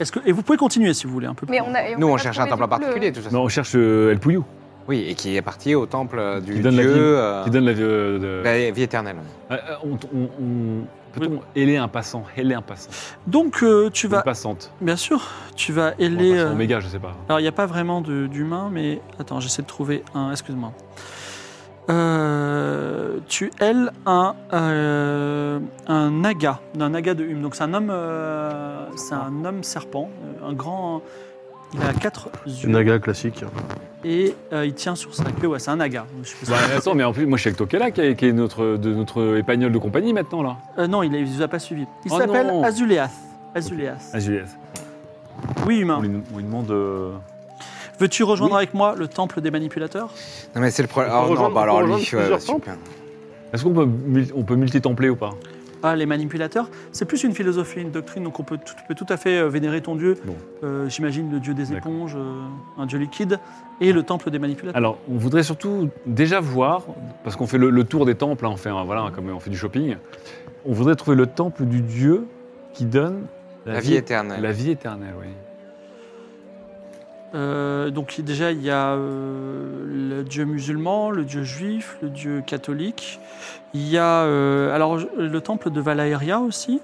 S1: Est-ce que, et vous pouvez continuer si vous voulez un peu plus.
S4: Mais on a, et
S3: Nous,
S4: a
S3: on
S4: pas
S3: cherche un
S4: trouvé
S3: temple en
S4: du coup le-
S3: particulier, de toute façon.
S2: Non, on cherche euh, El Pouillou,
S3: Oui, et qui est parti au temple euh, du
S2: Qui donne la
S3: dieu,
S2: vie.
S3: euh,
S1: Ah.
S2: qui donne la vie. euh, de-
S3: la vie éternelle.
S2: Euh, euh, on, on- on- Peut-on héler un passant Héler un passant.
S1: Donc euh, tu
S2: Une
S1: vas,
S2: passante.
S1: bien sûr, tu vas
S2: Ou un
S1: héler.
S2: passant
S1: euh,
S2: Oméga, je sais pas.
S1: Alors, il n'y a pas vraiment de- d'humain, mais. Attends, j'essaie de trouver un. Excuse-moi. Euh, tu ailes un, euh, un naga, un naga de Hume. Donc, c'est un homme. euh, c'est un homme serpent, euh, un grand. Il a quatre yeux
S5: Naga classique.
S1: et euh, il tient sur sa queue. Ouais, c'est un naga. Je sais pas si-
S2: Bah, attends, mais en plus, moi, je suis avec Tokela, qui est, qui est notre, de notre épagnol de compagnie maintenant, là.
S1: Euh, non, il ne vous a pas suivi. Il
S2: Oh
S1: s'appelle
S2: non.
S1: Azuleas. Azuleas.
S2: Azulias.
S1: Oui,
S7: On
S1: humain.
S7: lui, on lui demande. euh,
S1: Veux-tu rejoindre avec moi le temple des manipulateurs
S3: Non, mais c'est le problème.
S5: On peut
S3: Oh, non,
S5: rejoindre-
S3: bah
S5: on peut
S3: alors lui,
S5: rejoindre
S3: euh,
S5: plusieurs
S3: super.
S2: Est-ce qu'on peut, mul- on peut multitempler ou pas
S1: Ah, les manipulateurs, c'est plus une philosophie, une doctrine, donc on peut tout, peut tout à fait euh, vénérer ton dieu.
S2: Bon.
S1: Euh, J'imagine le dieu des
S2: D'accord.
S1: éponges, euh, un dieu liquide, et le temple des manipulateurs.
S2: Alors, on voudrait surtout déjà voir, parce qu'on fait le, le tour des temples, hein, on fait, un- voilà, comme on fait du shopping, on voudrait trouver le temple du dieu qui donne
S3: La vie éternelle.
S2: La vie éternelle, oui.
S1: Euh, donc déjà, il y a euh, le dieu musulman, le dieu juif, le dieu catholique. Il y a euh, alors le temple de Valaeria aussi.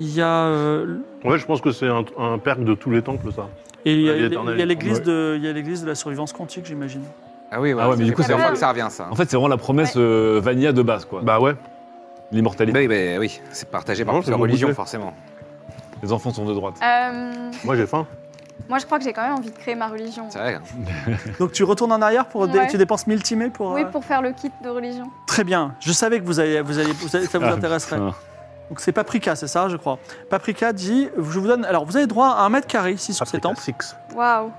S1: Il y a euh,
S5: Ouais, je pense que c'est un, un perk de tous les temples, ça.
S1: et il y a-
S2: Ah,
S5: La vie
S1: il y a
S5: éternelle.
S1: il y a l'église de il y a l'église de la survivance quantique, j'imagine.
S3: Ah oui,
S2: Ah ouais, mais du coup,
S3: c'est
S4: c'est-
S3: la fois que ça revient, ça.
S2: En fait, c'est vraiment la promesse euh, Vanilla de base, quoi.
S5: Bah ouais.
S2: L'immortalité.
S3: Oui, bah, oui, c'est partagé par
S5: Non,
S3: toutes
S5: c'est
S3: les
S5: mon
S3: religions,
S5: budget.
S3: forcément.
S2: Les enfants sont de droite.
S4: Euh,
S5: Moi, j'ai faim.
S4: moi, je crois que j'ai quand même envie de créer ma religion.
S3: C'est vrai. hein.
S1: Donc tu retournes en arrière pour dé-
S4: Ouais.
S1: tu dépenses 1000 timés pour.
S4: Oui,
S1: euh,
S4: pour faire le kit de religion.
S1: Très bien. Je savais que vous allez, vous allez, vous allez- ça vous
S2: Ah,
S1: intéresserait.
S2: putain.
S1: Donc c'est Paprika, c'est ça, je crois. Paprika dit, je vous donne, alors vous avez droit à un mètre carré ici sur ces
S5: Paprika
S1: temples,
S5: Six.
S4: Waouh.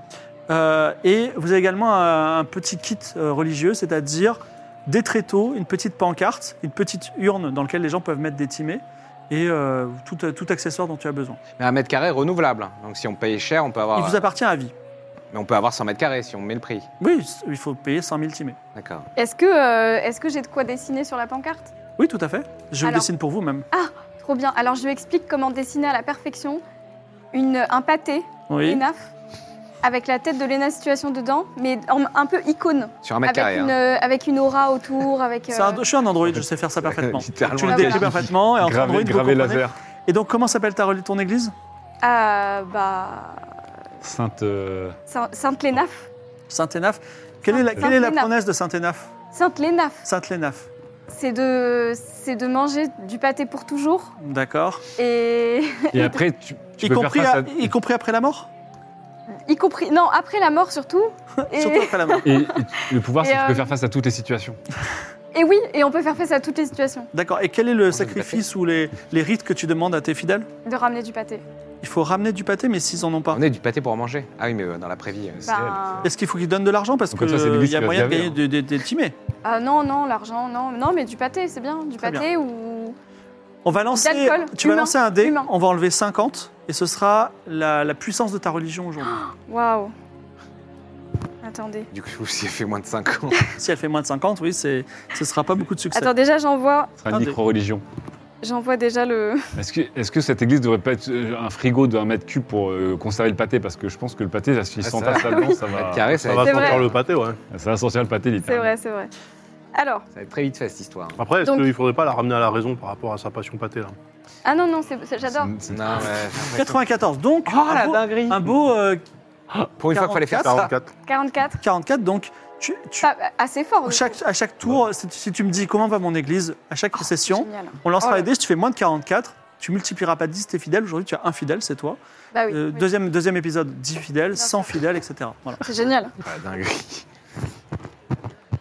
S1: Euh, et vous avez également un, un petit kit euh, religieux, c'est-à-dire des tréteaux, une petite pancarte, une petite urne dans laquelle les gens peuvent mettre des timés et euh, tout, euh, tout accessoire dont tu as besoin.
S3: Mais un mètre carré renouvelable. hein. Donc si on paye cher, on peut avoir.
S1: Il vous appartient à vie.
S3: Mais on peut avoir 100 mètres carrés si on met le prix.
S1: Oui, c- il faut payer 5000 timés.
S3: D'accord.
S4: Est-ce que, euh, est-ce que j'ai de quoi dessiner sur la pancarte
S1: Oui, tout à fait. Je le
S4: Alors-
S1: dessine pour vous même.
S4: Trop bien. Alors, je lui explique comment dessiner à la perfection une, un pâté,
S1: Oui.
S4: ENAF, avec la tête de Lena Situation dedans, mais en- un peu icône.
S3: Sur un mètre carré.
S4: Avec, une,
S3: hein.
S4: euh, avec une autour, avec. euh,
S1: C'est un- je suis un Android, je sais faire ça parfaitement.
S3: Littéralement.
S1: Tu le décris
S4: Voilà.
S1: parfaitement et en Android,
S2: Gravé,
S1: vous
S2: gravé
S1: comprenez.
S2: laser.
S1: Et donc, comment s'appelle ta reli- ton église
S4: euh, bah.
S2: Sainte. euh,
S4: Saint- Sainte Lénaf.
S1: Saint-Énaphe. Quelle est la, quelle est la
S4: Saint-Énaphe.
S1: promesse de Saint-Énaphe
S4: Sainte Lénaf,
S1: Sainte-Lénaphe.
S4: c'est de, c'est de manger du pâté pour toujours.
S1: D'accord.
S4: Et
S2: Et après, tu, tu
S1: Y
S2: peux faire
S1: compris,
S2: face
S1: à-
S2: à...
S1: y compris après la mort
S4: y compris. Non, après la mort surtout. Et,
S1: Surtout après la mort.
S2: Et, et le pouvoir, c'est
S4: Et,
S2: que tu peux
S4: euh,
S2: faire face à toutes les situations.
S4: et oui, et on peut faire face à toutes les situations.
S1: D'accord. Et quel est le
S3: c'est du
S1: sacrifice ou les, les rites que tu demandes à tes fidèles
S4: De ramener du pâté.
S1: Il faut ramener du pâté, mais s'ils en ont pas.
S3: On est du pâté pour en manger. Ah oui, mais euh, dans l'après-vie. euh, c'est-
S4: Ben,
S1: Est-ce qu'il faut qu'ils donnent de l'argent Parce
S2: Donc,
S1: qu'il
S2: comme ça, c'est l'église
S1: y a
S2: qui va
S1: moyen de
S2: se gaver,
S1: gagner des, des- des timés.
S4: ah non, non, l'argent, non, non, mais du pâté, c'est bien. Du
S1: Très
S4: pâté ou.
S1: On va lancer.
S4: D'alcool,
S1: Tu vas
S4: humain,
S1: lancer un dé,
S4: humain.
S1: on va enlever 50, et ce sera la, la puissance de ta religion aujourd'hui.
S4: Waouh. Attendez.
S3: Du coup, si elle fait moins de 5 ans.
S1: si elle fait moins de 50, oui, c'est- ce sera pas beaucoup de succès.
S4: Attends, déjà j'envoie,
S2: Ce sera une
S1: Attendez.
S2: micro-religion.
S4: j'envoie déjà le.
S2: Est-ce que, est-ce que cette église devrait pas être euh, un frigo d'un mètre cube pour euh, conserver le pâté Parce que je pense que le pâté, là, s'il
S3: Ah,
S2: s'entasse
S3: ça-
S2: là-dedans, Bah, ça
S3: Un
S2: va,
S3: mètre carré, ça
S5: Ça
S3: va,
S5: va
S3: être,
S4: C'est
S5: sentir
S4: vrai.
S5: le pâté, ouais.
S2: ça va sortir le pâté
S4: C'est
S2: littéralement.
S4: vrai, c'est vrai. Alors,
S3: ça va être très vite fait cette histoire.
S5: Après, est-ce
S4: Donc-
S5: qu'il faudrait pas la ramener à la raison par rapport à sa passion pâté, là
S4: ah non non, c'est- c'est- j'adore.
S2: C'est- c'est-
S3: Non, mais.
S1: 94. Donc,
S3: Oh
S1: un,
S3: la
S1: beau,
S3: dinguerie
S1: un beau, euh,
S3: Pour une fois qu'il fallait faire ça.
S5: 44.
S4: 44,
S1: 44. Donc, tu, tu-
S4: pas- assez fort.
S1: Au
S4: du
S1: chaque- à chaque tour, si tu- si tu me dis comment va mon église, à chaque
S4: coup.
S1: session,
S4: Génial.
S1: on lancera
S4: Ah, Oh là.
S1: les dés. Si tu fais moins de 44, tu multiplieras pas 10 tes fidèles. Aujourd'hui, tu as un fidèle, c'est toi.
S4: Bah oui.
S1: Euh,
S4: oui.
S1: Deuxième, deuxième épisode, 10 fidèles,
S4: sûr.
S1: 100 fidèles, etc. Voilà.
S4: C'est génial.
S3: Ah, dinguerie.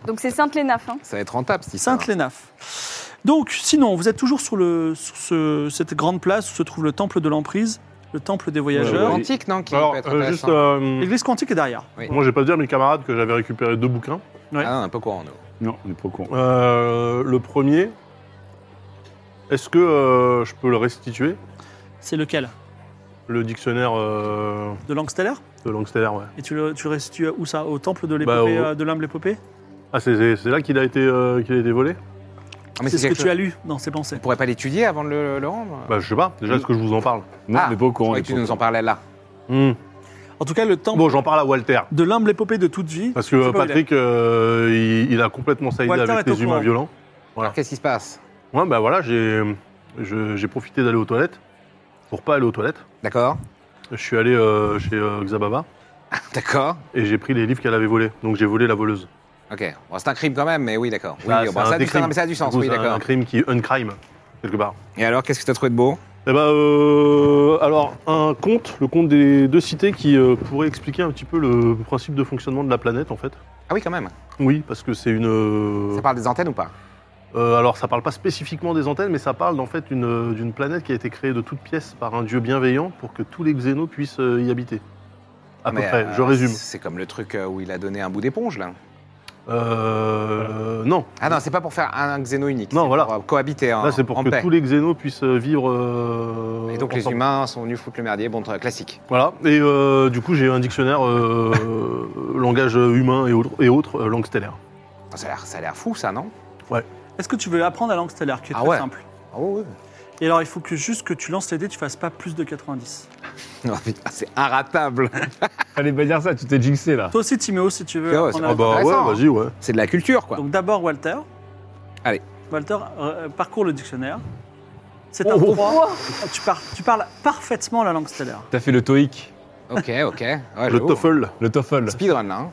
S4: Donc c'est Sainte Lénaf. Hein.
S3: Ça va être rentable cette histoire.
S1: Sainte Lénaf. Donc, sinon, vous êtes toujours sur, le, sur ce- cette grande place où se trouve le temple de l'emprise, le temple des voyageurs. Mmh.
S2: Ouais, ouais.
S3: Antique, non qui
S5: Alors,
S3: peut être
S5: euh,
S3: intéressant.
S5: juste. euh,
S1: L'église quantique est derrière.
S5: Moi, j'ai pas dire à mes camarades que j'avais récupéré deux bouquins.
S1: ouais.
S3: Ah, un peu courant, nous.
S2: Non, on est pas au courant.
S5: Euh, le premier, est-ce que euh, je peux le restituer
S1: C'est lequel
S5: Le dictionnaire euh,
S1: de langue stellaire
S5: de langue stellaire, ouais.
S1: Et tu, le, tu restitues où ça Au temple de
S5: Bah,
S1: l'épopée,
S5: au-
S1: euh, de l'humble épopée
S5: Ah, c'est- c'est c'est là qu'il a, été, euh, qu'il a été volé
S3: Ah, mais
S1: C'est ce que
S3: quelque
S1: tu
S3: chose-
S1: as lu dans ses pensées.
S3: On pourrait pas l'étudier avant de le, le rendre
S5: Bah, je sais pas. Déjà, est-ce que je vous en parle
S2: Non,
S3: Ah,
S2: on n'est pas au
S3: Je
S2: courant.
S3: croyais que tu nous en parlais là.
S5: Hmm.
S1: En tout cas, le temple
S5: Bon, j'en parle à Walter.
S1: de l'humble épopée de toute vie.
S5: Parce que
S1: je sais
S5: euh,
S1: pas où il est.
S5: Patrick, euh, il, il a complètement saïdé
S1: Walter
S5: avec
S1: est au
S5: les humains
S1: courant.
S5: violents.
S3: Alors, Qu'est-ce qui se passe
S5: Ouais, bah voilà, j'ai je- j'ai profité d'aller aux toilettes pour pas aller aux toilettes.
S3: D'accord
S5: Je suis allé euh, chez euh, Xababa
S3: D'accord.
S5: et j'ai pris les livres qu'elle avait volés. Donc j'ai volé la voleuse.
S3: Ok. Bon, c'est un crime quand même, mais oui, d'accord. Oui,
S5: Ah,
S3: bon,
S5: c'est
S3: ça,
S5: un
S3: a du
S5: décrim.
S3: sens, mais ça a du sens,
S5: Du coup,
S3: oui,
S5: c'est un-
S3: d'accord.
S5: un crime qui un crime quelque part.
S3: Et alors, qu'est-ce que t'as trouvé de beau
S5: Eh ben, euh, alors un conte, le conte des deux cités qui euh, pourrait expliquer un petit peu le principe de fonctionnement de la planète en fait.
S3: Ah oui, quand même.
S5: Oui, parce que c'est une. euh,
S3: Ça parle des antennes ou pas
S5: euh, alors ça parle pas spécifiquement des antennes, mais ça parle en fait une, euh, d'une planète qui a été créée de toutes pièces par un dieu bienveillant pour que tous les xénos puissent euh, y habiter. À peu
S3: Mais,
S5: près,
S3: euh,
S5: je résume.
S3: C'est comme le truc euh, où il a donné un bout d'éponge, là.
S5: Euh, non,
S3: Ah non, c'est pas pour faire un, un xéno unique.
S5: Non,
S3: c'est
S5: voilà.
S3: Pour, euh, cohabiter en,
S5: là c'est pour
S3: en
S5: que
S3: paix.
S5: tous les xénos puissent euh, vivre. euh,
S3: Et donc, les
S5: ensemble.
S3: humains sont venus foutre le merdier. Bon, tra- classique.
S5: Voilà, et euh, du coup j'ai un dictionnaire euh, euh, langage humain et autres, et autres euh, langue stellaire.
S3: Ah, Ça a l'air- ça a l'air fou, ça, non
S1: Est-ce que tu veux apprendre la langue stellaire, qui est
S3: Ah
S1: très
S3: ouais.
S1: simple
S3: Ah oui, oui.
S1: Et alors, il faut que juste que tu lances les dés, tu fasses pas plus de 90.
S3: Non, putain, c'est inratable.
S2: Fallait pas dire ça, tu t'es jinxé là.
S1: Toi aussi, Timéo, si tu veux.
S3: Ah ouais,
S1: apprendre
S3: c'est
S1: la
S3: Ah
S5: Ah
S1: langue
S5: bah ouais,
S3: intéressant, hein.
S5: vas-y, ouais.
S3: C'est de la culture, quoi.
S1: Donc d'abord Walter.
S3: Allez.
S1: Walter, euh, parcours le dictionnaire. C'est un
S5: Oh.
S1: droit. Tu, par- tu parles parfaitement la langue stellaire.
S2: T'as fait le TOEIC,
S3: ok, ok. Ouais,
S5: Le
S3: j'avoue.
S5: Toffel.
S2: le TOEFL.
S3: Speedrun, là. hein.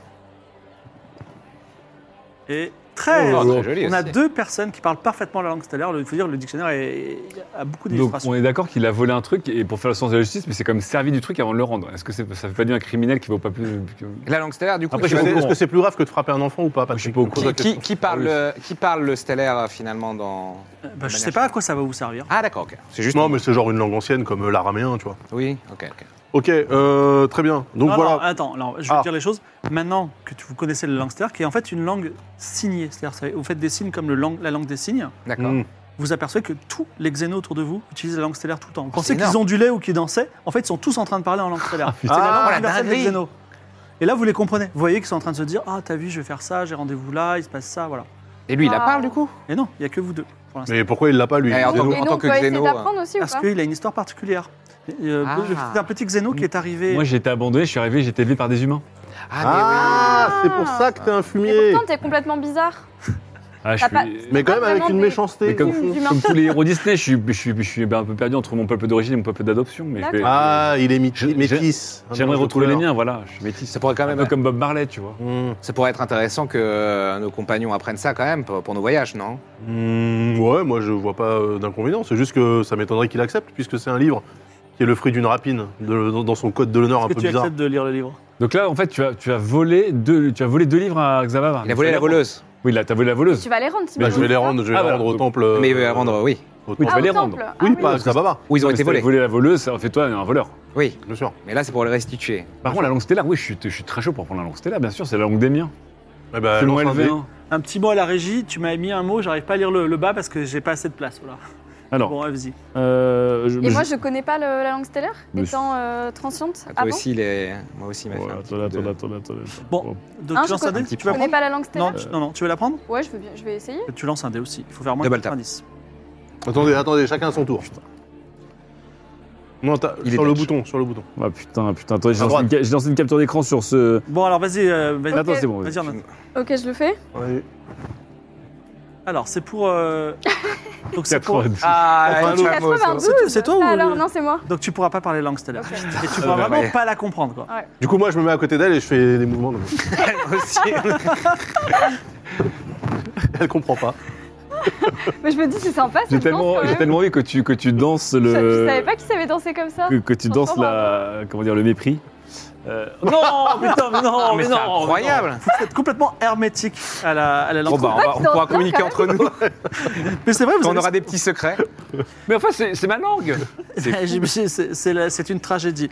S1: Et très...
S3: Ah, très joli
S1: on a
S3: aussi.
S1: deux personnes qui parlent parfaitement la langue stellaire. Le- Il faut dire le dictionnaire est- a beaucoup
S2: Donc
S1: d'illustrations.
S2: on est d'accord qu'il a volé un truc et pour faire le sens de la justice, mais c'est quand même servi du truc avant de le rendre. Est-ce que c'est- ça fait pas de lui un criminel qui vaut pas plus que-
S3: La langue stellaire, du coup,
S5: Après,
S3: tu
S5: je
S3: vas
S5: sais-
S3: nous-
S5: est-ce que c'est plus grave que de frapper un enfant ou pas Patrick
S2: Je suis pas au courant.
S3: qui, qui- qui parle,
S5: Ah
S3: euh, qui parle le stellaire, euh, finalement, dans...
S1: Euh, bah, je sais pas à quoi ça va vous servir.
S3: Ah, d'accord, ok. C'est juste...
S5: Non, mais c'est genre une langue ancienne comme euh, l'araméen, tu vois.
S3: Oui, ok, ok.
S5: Ok, euh, très bien. Donc
S1: Non,
S5: voilà.
S1: non, attends, alors, je vais
S5: Ah.
S1: te dire les choses. Maintenant que tu, vous connaissez la langue stellaire, qui est en fait une langue signée, c'est-à-dire c'est- vous faites des signes comme le lang- la langue des signes,
S3: D'accord.
S5: Hmm.
S1: vous apercevez que tous les xénos autour de vous utilisent la langue stellaire tout le temps. Vous
S3: Ah,
S1: pensez
S3: c'est
S1: qu'ils
S3: énorme.
S1: ondulaient ou qu'ils dansaient, en fait ils sont tous en train de parler en langue stellaire. C'est
S3: Ah,
S1: la langue
S3: la
S1: universelle des
S3: dinguerie.
S1: xénos. Et là vous les comprenez, vous voyez qu'ils sont en train de se dire « Ah t'as vu, je vais faire ça, j'ai rendez-vous là, il se passe ça, voilà
S3: Et lui, il la
S4: Ah.
S3: parle, du coup ».
S1: Et non, il n'y a que vous deux pour l'instant.
S5: Mais pourquoi il l'a pas, lui
S3: Eh, en
S5: Zéno
S3: tant
S4: Et nous, on
S3: que
S4: peut essayer
S3: xéno,
S4: d'apprendre aussi ou
S1: Parce
S4: pas
S1: qu'il a une histoire particulière. Euh,
S3: Ah.
S1: C'est un petit xéno qui est arrivé...
S2: Moi j'ai été abandonné, je suis arrivé, j'ai été élevé par des humains.
S3: Ah,
S5: Ah, c'est pour ça que t'es un
S4: Et
S5: fumier
S4: pourtant, t'es complètement bizarre.
S2: Ah, je
S4: T'as pas-
S2: suis...
S5: Mais quand même
S4: Pas
S5: avec
S4: vraiment
S5: une
S4: des-
S5: méchanceté.
S2: Mais comme,
S5: au fond.
S4: Humain.
S2: comme tous les héros Disney, je suis, je suis- je suis un peu perdu entre mon peuple d'origine et mon peuple d'adoption. Mais je vais-
S5: Ah, il est mi-
S2: Je-
S5: métis. Ah, Un
S2: j'aimerais
S5: mélange de
S2: retrouver les
S5: couleurs.
S2: miens, voilà. Je suis métis.
S3: oui. Ça pourrait quand
S2: Un
S5: Ah,
S3: même...
S2: peu comme Bob Marley, tu vois.
S5: Hmm.
S3: Ça pourrait être intéressant que euh, nos compagnons apprennent ça, quand même, pour, pour nos voyages, non
S5: Hmm, ouais, moi je vois pas euh, d'inconvénient. C'est juste que ça m'étonnerait qu'il accepte, puisque c'est un livre qui est le fruit d'une rapine, de- dans, dans son code de l'honneur un
S1: Est-ce
S5: peu
S1: que tu
S5: bizarre.
S1: acceptes de lire le livre
S2: Donc là, en fait, tu as, tu as, volé, deux, tu as volé deux livres à Xavier.
S3: Il a volé la voleuse.
S2: Oui, là, tu as volé la voleuse.
S4: Tu vas les rendre, hein si
S5: Bah, je vais les rendre, je vais
S2: Ah,
S5: les
S2: voilà.
S5: rendre au temple. euh,
S3: Mais il veut la rendre, oui.
S5: au
S2: Oui, Ah,
S4: Ah,
S5: temple.
S2: tu vas
S5: Ah,
S2: les rendre.
S5: Oui, pas à Xababa,
S3: Où ils ont
S2: Non, mais
S3: été
S2: si t'avais
S3: volés.
S2: volé la voleuse, ça en fait toi un voleur.
S3: Oui,
S5: bien sûr.
S3: mais là, c'est pour le restituer.
S2: Par contre, la langue stellaire, oui, je suis, je suis très chaud pour prendre la langue stellaire, bien sûr, c'est la langue des miens.
S5: Eh ben,
S3: Euh,
S2: c'est loin
S5: lance un
S2: élevé.
S5: dé.
S1: Un petit mot à la régie, tu m'as mis un mot, j'arrive pas à lire le, le bas parce que j'ai pas assez de place. Voilà.
S2: Alors,
S1: Bon, ouais, vas-y.
S2: euh, je, je-
S4: Et moi, je connais pas le- la langue stellaire,
S2: Mais
S4: étant euh, transiente.
S3: Ah,
S4: Ah
S3: toi
S4: bon
S3: aussi, les... moi aussi, il m'a
S2: Oh,
S3: fait un petit
S2: attends,
S3: coup
S2: attends,
S3: de-
S2: attends, attends, attends.
S1: Bon. Donc,
S4: Hein,
S1: tu
S4: je
S1: lances un
S4: connais-
S1: dé
S3: je
S1: Tu vas
S4: connais
S1: prendre
S4: pas la langue
S1: non,
S4: stellaire
S1: tu- non, non, tu veux la prendre
S4: Ouais, je, veux bien, je vais essayer.
S1: Tu lances un dé aussi. Il faut faire moins de
S3: Double tap.
S1: 90.
S5: Attendez, attendez, chacun son tour. Non, t'as-
S3: Il est
S5: sur le
S3: belge.
S5: bouton, sur le bouton.
S2: Ah putain, putain, attends, j'ai
S5: À
S2: lancé,
S5: droite.
S2: une ca- j'ai lancé une capture d'écran sur ce.
S1: Bon, alors vas-y. euh, vas-y.
S2: Attends, c'est bon. vas-y.
S1: Vas-y, Arnaud.
S4: Ok, je le fais.
S5: Ouais.
S1: Alors, c'est pour. euh, Donc, c'est pour...
S2: 92.
S3: Ah,
S5: Attends,
S3: la
S5: allô.
S3: fameuse, ça.
S4: 92
S1: hein. C'est- c'est toi ou
S4: Ah, Alors,
S1: le-
S4: non, c'est moi.
S1: Donc, tu pourras pas parler langue stellaire.
S4: Ok.
S1: Et tu pourras
S3: bah,
S1: vraiment
S3: ouais.
S1: pas la comprendre, quoi.
S5: Du coup, moi, je me mets à côté d'elle et je fais des mouvements. donc. Elle comprend pas.
S4: Mais je me dis, c'est sympa,
S2: J'ai
S4: cette danse,
S2: tellement,
S4: quand
S2: j'ai
S4: même.
S2: tellement envie que tu, que tu danses
S4: Je,
S2: le.
S4: je savais pas qu'ils savaient danser comme ça.
S2: que, que tu danses la. Comment dire, le mépris. Euh,
S1: Ah,
S2: non, putain, mais non,
S3: Mais
S2: mais
S3: c'est
S2: non.
S3: incroyable.
S1: Vous êtes complètement hermétique à la, à la langue
S3: Bon, bah, on,
S1: stellaire.
S3: va- on pourra communiquer entre nous.
S1: Mais c'est vrai, vous
S3: On
S1: avez-
S3: aura des petits secrets.
S2: Mais enfin, c'est c'est ma langue.
S1: J'imagine, C'est c'est la- c'est une tragédie.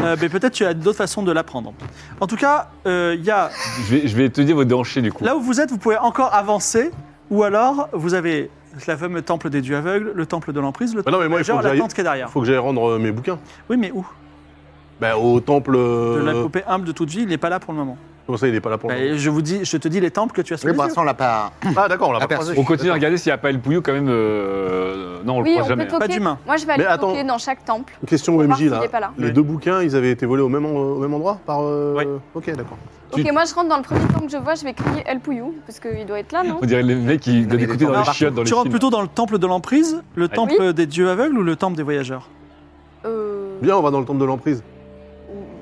S1: Euh, mais peut-être tu as d'autres façons de l'apprendre. En tout cas, euh, il y a
S2: Je vais, je vais te dire vos débranchés du coup.
S1: Là où vous êtes, vous pouvez encore avancer, ou alors vous avez la fameuse temple des dieux aveugles, le temple de l'emprise, le
S5: Bah non, mais moi, il faut
S1: genre
S5: que
S1: la
S5: j'aille-
S1: tente qui est derrière.
S5: faut que j'aille rendre euh, mes bouquins.
S1: Oui, mais où
S5: Bah, au temple.
S1: De
S5: euh,
S1: l'épopée humble de toute vie, il n'est pas là pour le moment.
S5: Comment ça, il est pas là pour
S1: Bah,
S5: nous
S1: je, vous dis, je te dis les temples que tu as sous
S7: Oui,
S1: les
S7: pour
S5: bah,
S1: yeux.
S7: l'instant, on l'a pas.
S5: Ah, d'accord, on l'a pas
S7: Aperçu.
S5: croisé.
S2: On continue à regarder s'il n'y a pas El Pouillou quand même. euh, Non, on le
S4: Oui,
S2: croise
S4: on peut
S2: jamais.
S1: Pas
S4: toquer.
S1: d'humain.
S4: Moi, je vais aller
S5: Mais attends.
S4: toquer dans chaque temple.
S5: Une question
S4: Faut
S5: au
S4: voir
S5: MJ
S4: s'il
S5: là.
S4: est pas là.
S5: Les
S1: Oui.
S5: deux bouquins, ils avaient été volés au même, en- au même endroit par. euh,
S1: Oui.
S5: Ok, d'accord.
S2: Tu-
S4: Ok, moi, je rentre dans le premier temple que je vois, je vais crier El Pouillou, parce qu'il doit être là, non
S2: On dirait les mecs qui donnent des
S7: des
S2: coups de pied dans les
S7: temples
S2: chiottes dans les
S1: Tu rentres
S2: films.
S1: plutôt dans le temple de l'emprise, le temple des dieux aveugles ou le temple des voyageurs
S4: Euh,
S5: Bien, on va dans le temple de l'emprise.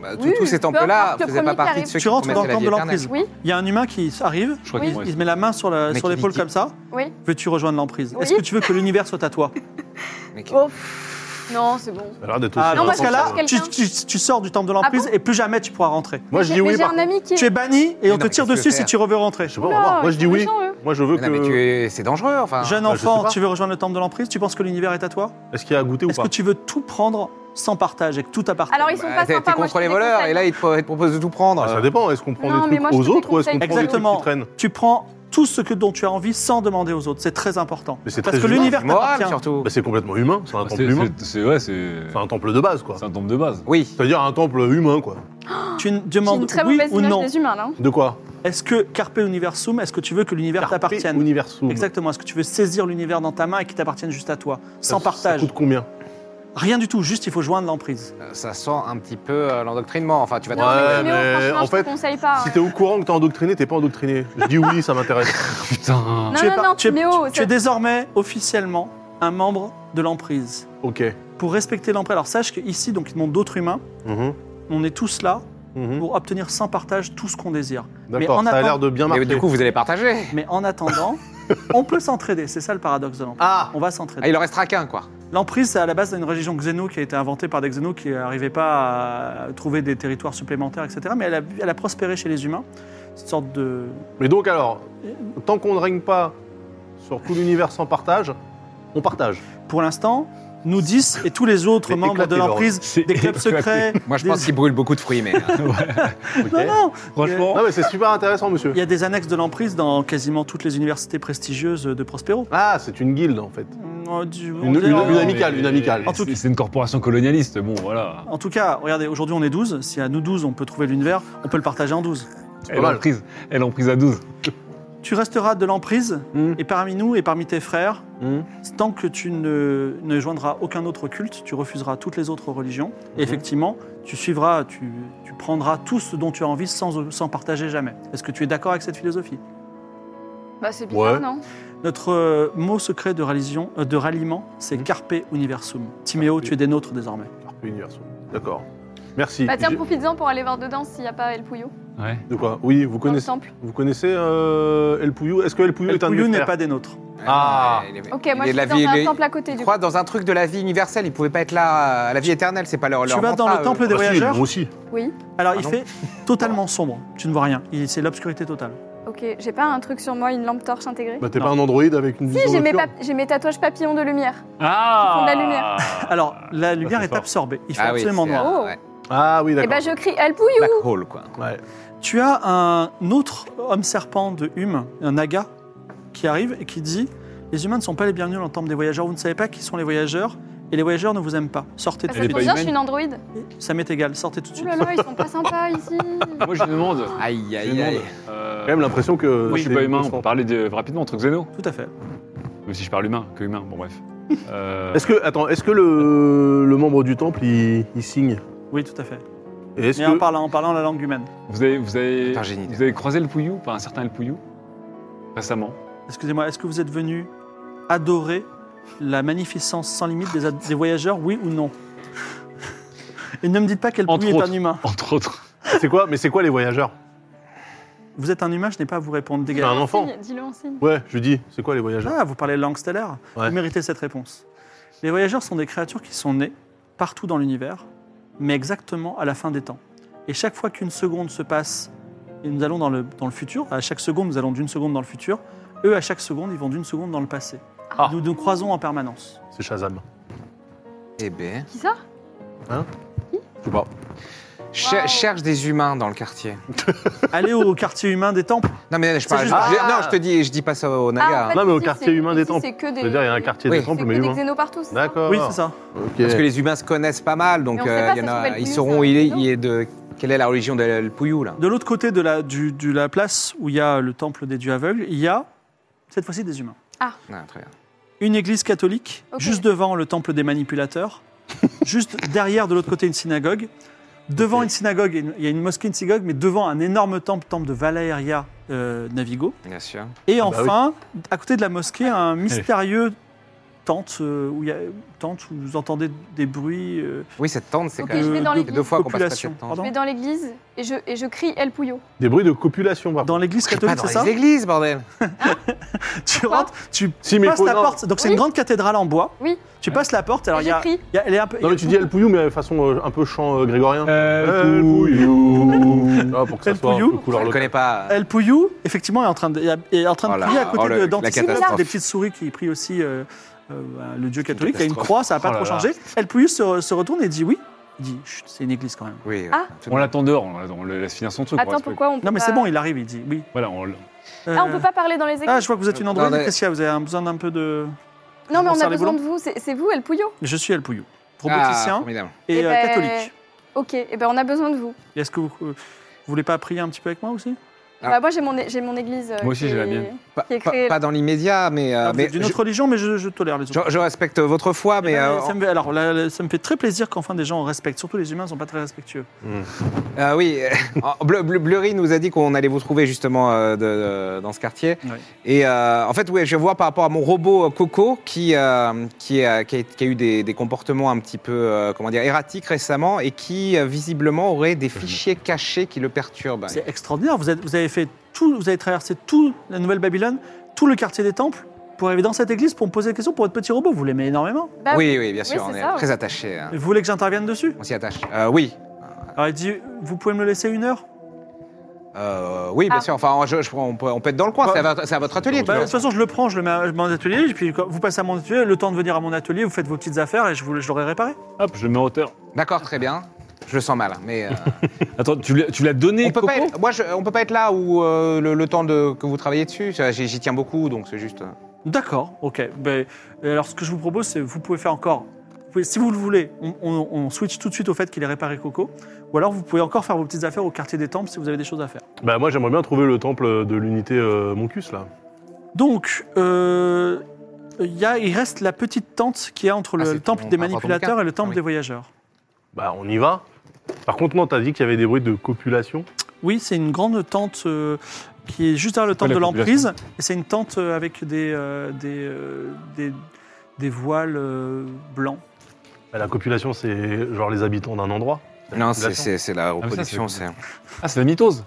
S3: Bah,
S4: Oui,
S3: tous- tous ces
S4: peu
S3: temples-là
S4: importe, le
S3: faisaient pas
S4: premier
S3: partie
S4: qui
S3: de ceux
S4: arrive.
S3: qui
S1: Tu rentres dans
S3: promettaient
S1: le
S3: la vie
S1: temple de
S3: éternelle.
S1: l'emprise.
S4: Oui,
S1: Il y a un humain qui arrive,
S2: Je crois
S4: Oui.
S2: qu'ils
S1: il se met la main sur la-
S3: Mais
S1: sur
S3: qui-
S1: l'épaule
S3: qui-
S1: comme ça.
S4: oui.
S1: Veux-tu rejoindre l'emprise
S4: Oui.
S1: Est-ce que tu veux que l'univers soit à toi
S3: Mais qui-
S4: Oh, pff, non, c'est bon.
S5: Ça a l'air d'être
S1: Ah,
S5: aussi
S1: dans
S4: moi,
S1: ce
S5: important
S4: je
S1: cas-là,
S5: que- euh,
S4: cherche
S1: tu,
S4: quelqu'un.
S1: tu- tu sors du temple de l'emprise
S4: Ah
S1: et plus jamais tu pourras rentrer.
S5: Moi, je
S4: Mais
S5: dis oui,
S4: j'ai
S5: par
S4: un ami qui est...
S1: Tu es banni et on
S3: non,
S1: te
S3: mais
S1: tire
S3: qu'est-ce que
S1: dessus si
S3: faire
S1: tu veux rentrer.
S5: Je sais pas, on va
S4: Oula,
S5: voir. Moi, je
S4: ils
S5: dis
S4: sont
S5: oui.
S4: méchants, eux.
S5: Moi, je veux
S3: Mais non, mais tu
S5: que.
S3: es- c'est dangereux, enfin.
S1: Jeune
S5: bah, je sais
S1: enfant,
S5: pas.
S1: tu veux rejoindre le temple de l'emprise Tu penses que l'univers est à toi
S5: Est-ce qu'il y a à goûter ou
S1: Est-ce
S5: pas
S1: que tu veux tout prendre sans partage et que tout appartient
S4: Alors, ils sont
S3: Bah,
S4: pas
S3: T'es
S4: sympas,
S3: t'es
S4: moi,
S3: contre
S4: je
S3: les
S4: te
S3: voleurs,
S4: déconseille.
S3: et là, ils te, ils te proposent de tout prendre.
S5: Ah, Ça dépend. Est-ce qu'on prend
S4: Non, mais
S5: des
S4: moi,
S5: trucs
S4: je
S5: aux
S4: te
S5: autres ou est-ce qu'on
S4: déconseille.
S5: prend des trucs
S1: Exactement.
S5: qui traînent
S1: Tu prends tout ce que dont tu as envie sans demander aux autres. C'est très important.
S5: Mais c'est
S1: Parce
S5: très
S1: que
S5: humain,
S3: C'est
S1: l'univers
S3: moral,
S1: t'appartient.
S3: surtout.
S5: Bah, C'est complètement humain. C'est un
S2: C'est-
S5: temple humain.
S2: c'est- C'est ouais, c'est
S5: C'est un temple de base, quoi.
S2: c'est un temple de base.
S3: Oui.
S5: C'est-à-dire un temple humain, quoi.
S1: Tu n-
S4: J'ai
S1: demandes
S4: une très
S1: oui
S4: mauvaise
S1: ou
S4: image
S1: non.
S4: des humains, là. hein.
S5: De quoi
S1: Est-ce que Carpe Universum, est-ce que tu veux que l'univers
S5: Carpe
S1: t'appartienne
S5: Universum.
S1: Exactement. Est-ce que tu veux saisir l'univers dans ta main et qu'il t'appartienne juste à toi,
S5: Ça-
S1: sans partage
S5: Ça coûte combien
S1: Rien du tout, juste il faut joindre l'emprise.
S3: Euh, Ça sent un petit peu euh, l'endoctrinement. Enfin, tu vas te-
S4: Non, mais
S5: Ouais,
S4: Timéo,
S5: Bah, mais
S4: franchement,
S5: en
S4: je te
S5: fait,
S4: conseille
S1: Ah.
S4: pas.
S5: Si
S4: hein.
S5: t'es au courant que t'es endoctriné, t'es pas endoctriné. Je dis oui, ça m'intéresse.
S2: Putain.
S4: Non,
S1: tu, es
S4: non,
S1: par-
S4: non,
S1: tu es-
S4: Timéo,
S1: tu- tu es
S4: ça-
S1: désormais officiellement un membre de l'emprise.
S5: Ok.
S1: Pour respecter l'emprise, alors sache qu'ici, donc, ils demandent d'autres humains.
S5: Mhm,
S1: On est tous là
S5: mhm.
S1: pour obtenir sans partage tout ce qu'on désire.
S5: D'accord,
S1: en
S5: ça a
S1: attend-
S5: l'air de bien
S3: Mais
S5: marcher.
S3: du coup, vous allez partager.
S1: Mais en attendant, on peut s'entraider. C'est ça le paradoxe de l'emprise.
S3: Ah,
S1: On va s'entraider.
S3: Ah, il en restera qu'un, quoi.
S1: L'emprise, c'est à la base d'une religion xéno qui a été inventée par des xénos qui n'arrivaient pas à trouver des territoires supplémentaires, etc. Mais elle a, elle a prospéré chez les humains. Cette sorte de.
S5: Mais donc alors, tant qu'on ne règne pas sur tout l'univers sans partage, on partage.
S1: Pour l'instant, nous 10 et tous les autres
S5: Mais
S1: membres de
S5: éclatez,
S1: l'emprise,
S2: C'est
S1: des clubs
S2: éclaté.
S1: secrets.
S3: Moi, je
S1: des-
S3: pense qu'il brûle beaucoup de fruits, mais. euh,
S5: Ok.
S1: Non, non
S2: Franchement,
S1: Oh.
S5: Non, mais c'est super intéressant, monsieur.
S1: Il y a des annexes de l'emprise dans quasiment toutes les universités prestigieuses de Prospero.
S5: Ah, c'est une guilde en fait.
S1: On dit- on
S5: Une,
S1: dit-
S5: une-
S1: on-
S5: une
S2: Oh.
S5: amicale, une amicale.
S1: En tout-
S2: C'est c'est une corporation colonialiste. Bon, voilà.
S1: En tout cas, regardez, aujourd'hui on est 12. Si à nous 12 on peut trouver l'univers, on peut le partager en 12.
S5: pas
S2: Elle
S5: mal.
S2: en prise. Elle en prise à 12.
S1: Tu resteras de l'emprise,
S5: Hmm.
S1: et parmi nous et parmi tes frères,
S5: Hmm.
S1: tant que tu ne, ne joindras aucun autre culte, tu refuseras toutes les autres religions. Et effectivement, tu suivras, tu, tu prendras tout ce dont tu as envie sans, sans partager jamais. Est-ce que tu es d'accord avec cette philosophie
S4: Bah, c'est bizarre,
S5: Ouais.
S4: non
S1: Notre euh, mot secret de, réalisation- euh, de ralliement, c'est Carpe Universum. Timéo,
S5: Carpe.
S1: tu es des nôtres désormais.
S5: Carpe Universum. D'accord. Merci.
S4: Bah, tiens,
S5: J'ai-
S4: profites-en pour aller voir dedans s'il n'y a pas El Pouillou
S2: Ouais.
S5: De quoi Oui, vous
S4: dans le
S5: connaissez,
S4: temple.
S5: vous connaissez euh, El Pouillou Est-ce que El Pouillou
S1: Le
S5: est un de
S1: Pouillou
S5: mes
S1: n'est
S5: frères
S1: pas des nôtres.
S5: Ah.
S3: il est-
S4: Ok,
S3: il
S4: moi,
S3: est
S4: je
S3: de la
S4: suis dans
S3: vie- il
S4: un
S3: est-
S4: temple à côté,
S3: Je
S4: du
S3: crois dans un truc de la vie universelle, ils pouvaient pas être là, à la vie éternelle, c'est pas leur, leur
S1: tu vas dans
S3: mantra,
S1: le
S3: eux.
S1: temple des
S5: Ah, si,
S1: voyageurs
S5: moi aussi.
S4: coup. Oui,
S1: Alors,
S3: Ah
S1: il
S3: non.
S1: fait totalement sombre. Tu ne vois rien. Il- C'est l'obscurité totale.
S4: ok. J'ai pas un truc sur moi, une lampe torche intégrée
S5: Bah, t'es
S1: Non.
S5: pas un androïde avec une
S4: Si,
S5: vision
S4: j'ai mes,
S5: nocturne
S4: pap- j'ai mes tatouages papillons de lumière.
S2: Ah
S4: Ils font de la lumière.
S1: Alors, la lumière
S5: Ah, c'est
S1: est
S5: fort.
S1: absorbée. Il fait
S3: Ah oui,
S1: absolument
S3: c'est,
S1: noir.
S3: euh,
S4: Oh.
S3: ouais.
S5: Ah oui,
S4: Et
S5: d'accord.
S4: bah, je crie El Pouillou
S3: Black hole, quoi.
S5: Ouais.
S1: Tu as un autre homme serpent de Hume, un naga, qui arrive et qui dit Les humains ne sont pas les bienvenus dans le temple des voyageurs. Vous ne savez pas qui sont les voyageurs et les voyageurs ne vous aiment pas. Sortez tout
S4: Bah, Ça
S1: de
S2: Elle est
S4: fait
S2: pas
S1: suite.
S4: bizarre, je
S2: humaine.
S4: suis une androïde.
S1: Ça m'est égal, sortez tout de
S4: Ouh
S1: suite.
S4: là là, ils sont pas sympas ici.
S2: Moi, je me demande.
S3: Aïe,
S2: Je me
S3: aïe,
S2: demande.
S3: aïe.
S2: euh,
S5: J'ai quand même l'impression que.
S2: Moi, je suis
S5: c'est-
S2: pas humain. On peut parler de- rapidement entre Xeno.
S1: Tout à fait.
S2: Même si je parle humain, que humain. Bon, bref. Euh,
S5: Est-ce que, attends, est-ce que le, le membre du temple, il, il signe
S1: Oui, tout à fait.
S5: Et est-ce
S1: Mais en
S5: que...
S1: parlant, en parlant la langue humaine.
S2: Vous avez, vous avez,
S3: Putain, j'ai une idée.
S2: vous avez croisé le Pouillou, par un certain El Pouillou, récemment.
S1: Excusez-moi, est-ce que vous êtes venu adorer la magnificence sans limite des, ad- des voyageurs, oui ou non Et ne me dites pas quel
S2: Entre
S1: pouille est un
S2: autres.
S1: humain.
S2: Entre autres.
S5: C'est quoi Mais c'est quoi les voyageurs
S1: Vous êtes un humain, je n'ai pas à vous répondre,
S5: C'est un
S1: dégagez.
S5: enfant.
S4: Signe, Dis-le en signe.
S5: Ouais, je dis, c'est quoi les voyageurs
S1: Ah, vous parlez langue stellaire
S5: Ouais.
S1: Vous méritez cette réponse. Les voyageurs sont des créatures qui sont nées partout dans l'univers, mais exactement à la fin des temps. Et chaque fois qu'une seconde se passe, et nous allons dans le, dans le futur, à chaque seconde, nous allons d'une seconde dans le futur, eux, à chaque seconde, ils vont d'une seconde dans le passé.
S5: Ah.
S1: Nous nous croisons en permanence.
S5: C'est Shazam.
S3: Eh ben,
S4: Qui ça
S5: Je sais pas.
S3: Cher-
S4: Wow.
S3: Cherche des humains dans le quartier.
S1: Allez au quartier humain des temples.
S3: Non, mais
S1: C'est
S3: je parle.
S1: juste-
S3: je-
S5: Ah
S3: non, je te dis, je dis pas ça au
S4: Ah,
S3: Naga. hein.
S4: en fait,
S5: Non, mais au
S4: ici,
S5: quartier
S4: c'est-
S5: humain des
S4: ici,
S5: temples.
S4: C'est que des,
S5: C'est-à-dire, il y a un quartier
S3: Oui.
S5: des
S4: c'est
S5: temples,
S4: que
S5: mais
S4: des
S5: humain.
S4: xénos partout, c'est ça
S5: D'accord.
S1: Oui, c'est ça.
S5: Ok.
S3: Parce que les humains se connaissent pas mal, donc
S4: Mais on sait
S3: euh,
S4: pas
S3: il y
S4: ça
S3: en
S4: se
S3: a-
S4: trouve,
S3: ils
S4: elle
S3: sauront où
S4: est
S3: il est,
S4: non
S3: il est de quelle est la religion de le Pouyou là.
S1: De l'autre côté de la, du- de la place où il y a le temple des dieux aveugles, il y a, cette fois-ci, des humains.
S3: Ah, très bien.
S1: Une église catholique,
S4: Ok.
S1: juste devant le temple des manipulateurs, juste derrière, de l'autre côté, une synagogue. Devant une synagogue, il y a une mosquée, une synagogue, mais devant un énorme temple, temple de Valeria euh, Navigo.
S3: Bien sûr.
S1: Et
S5: Ah bah
S1: enfin, à côté de la mosquée, un mystérieux tente euh, où il y a tente où vous entendez des bruits. euh,
S3: Oui, cette tente, c'est
S4: Ok,
S3: quand
S4: je
S3: même.
S4: vais dans
S1: de-
S3: C'est
S4: l'église.
S3: deux fois qu'on passe pas
S1: Population,
S3: cette tente.
S1: pardon.
S4: Je vais dans l'église et je, et je crie El Pouillot.
S5: Des bruits de copulation, par
S1: Dans l'église
S3: Je suis pas
S1: catholique,
S3: dans
S1: c'est ça
S3: les églises, bordel.
S1: Tu rentres, tu
S5: Si, mais
S1: passes
S5: faut-
S1: la
S5: non.
S1: porte. Donc c'est une
S4: Oui.
S1: grande cathédrale en bois.
S4: Oui.
S1: Tu passes la porte. Alors il y a,
S4: J'écris.
S1: il y a- elle est un peu.
S5: Non, mais tu dis El Pouillou, mais façon euh, un peu chant euh, grégorien.
S2: Euh,
S5: El Pouillou. Ah, pour que ça
S1: El
S5: soit un
S1: Pouillou.
S5: peu
S3: Je
S5: couleur
S3: ne
S5: locale.
S3: connais pas.
S4: Euh,
S1: El Pouillou, effectivement, est en train de, est en train de
S3: Oh là
S1: prier à
S3: là,
S1: côté
S3: oh le-
S1: de
S3: la
S1: d'Anticyclope,
S3: catastrophe.
S1: des petites souris qui prient aussi euh, euh, bah, le dieu catholique. Il y a une
S3: catastrophe.
S1: croix, ça n'a pas
S5: Oh là
S1: trop
S5: là.
S1: changé. El Pouillou se, se retourne et dit oui. Il dit Chut, c'est une église quand même.
S3: Oui. euh,
S4: Ah.
S3: tout
S2: On
S3: de même.
S2: l'attend dehors, on, on le laisse finir son truc. on
S4: Attends,
S2: respecte.
S4: pourquoi on peut
S1: Non mais
S4: pas-
S1: c'est bon, il arrive, il dit oui.
S2: Voilà, on le-
S1: Euh,
S4: Bah. Ah, on peut pas parler dans les églises
S1: ah, je vois que vous êtes une androïde.
S3: Non, mais-
S1: Qu'est-ce qu'il y a Vous avez un besoin d'un peu de.
S4: Non, mais
S1: on
S4: on
S1: serre
S4: a
S1: les
S4: besoin
S1: boulons.
S4: de vous. C'est c'est vous, El Pouillot
S1: Je suis El Pouillou,
S3: Ah,
S1: roboticien
S3: formidable.
S1: et,
S4: Eh
S1: euh,
S4: ben,
S1: catholique.
S4: Ok, et ben on a besoin de vous.
S1: Et Est-ce que vous, euh, vous voulez pas prier un petit peu avec moi aussi
S3: Ah.
S4: Bah, moi, j'ai mon, é- j'ai mon église. euh,
S2: Moi aussi,
S4: qui
S2: j'ai la
S4: est-
S2: mienne.
S3: Pas,
S4: Qui est
S3: pas-
S4: créé-
S3: pas dans l'immédiat, mais, euh,
S1: Ah, vous
S3: mais
S1: êtes d'une
S3: je,
S1: autre religion, mais je, je tolère les autres.
S3: je- je respecte votre foi,
S4: Eh
S3: mais
S1: Non,
S4: ben,
S3: euh,
S1: mais ça me fait, alors, là, là, ça me fait très plaisir qu'enfin des gens respectent. Surtout les humains sont pas très respectueux.
S3: euh, oui. euh, Bleu- Bleu- Bleury nous a dit qu'on allait vous trouver justement euh, de- de- dans ce quartier.
S1: Oui.
S3: Et euh, en fait, ouais, je vois par rapport à mon robot euh, Coco qui, euh, qui, euh, qui a, qui a eu des, des comportements un petit peu euh, comment dire erratiques récemment et qui euh, visiblement aurait des fichiers cachés qui le perturbent.
S1: C'est extraordinaire. Vous, êtes- vous avez fait tout, vous avez traversé toute la Nouvelle Babylone, tout le quartier des temples, pour arriver dans cette église, pour me poser des questions pour votre petit robot. Vous l'aimez énormément.
S4: Bah,
S3: Oui, oui, bien
S4: Oui,
S3: sûr,
S4: c'est
S3: on est
S4: ça,
S3: très attaché. hein.
S1: Vous voulez que j'intervienne dessus
S3: On s'y attache. Euh, oui.
S1: Alors il dit, vous pouvez me le laisser une heure
S3: Euh, oui, bien
S4: Ah.
S3: sûr. Enfin, je- je- on, peut, on peut être dans le coin.
S1: Bah,
S3: c'est à votre- c'est à votre
S1: Bah,
S3: atelier.
S1: De
S3: toujours.
S1: toute façon, je le prends, je le mets à mon atelier, et puis quand vous passez à mon atelier, le temps de venir à mon atelier, vous faites vos petites affaires et je, vous, je l'aurai réparé.
S2: hop, je le mets en hauteur.
S3: D'accord, très bien. Je le sens mal, mais euh,
S2: Attends, tu l'as- tu l'as donné,
S3: on peut
S2: Coco
S3: pas être, moi je- on peut pas être là où euh, le, le temps de, que vous travaillez dessus. Ça, J'y j'y tiens beaucoup, donc c'est juste. euh,
S1: D'accord, ok. Ben, alors ce que je vous propose, c'est vous pouvez faire encore. vous pouvez- si vous le voulez, on, on- on switch tout de suite au fait qu'il ait réparé Coco. Ou alors vous pouvez encore faire vos petites affaires au quartier des temples si vous avez des choses à faire.
S5: Bah, moi, j'aimerais bien trouver le temple de l'unité euh, Moncus, là.
S1: Donc, euh, il y a, il reste la petite tente qui est entre le,
S3: Ah, c'est
S1: le temple
S3: ton-
S1: des
S3: ah, pardon,
S1: manipulateurs
S3: Lucas.
S1: et le temple
S3: Ah oui.
S1: des voyageurs.
S5: Bah, on y va. Par contre, non, t'as dit qu'il y avait des bruits de copulation.
S1: Oui, c'est une grande tente euh, qui est juste derrière le temple
S2: la
S1: de
S2: population.
S1: l'emprise. Et c'est une tente euh, avec des, euh, des, euh, des, des voiles euh, blancs.
S5: Bah, la copulation, c'est genre les habitants d'un endroit.
S3: Non,
S5: c'est-
S3: c'est
S5: c'est-
S3: la
S2: mais ça,
S3: reproduction.
S2: reproduction,
S3: c'est
S2: c'est- Ah, c'est la mitose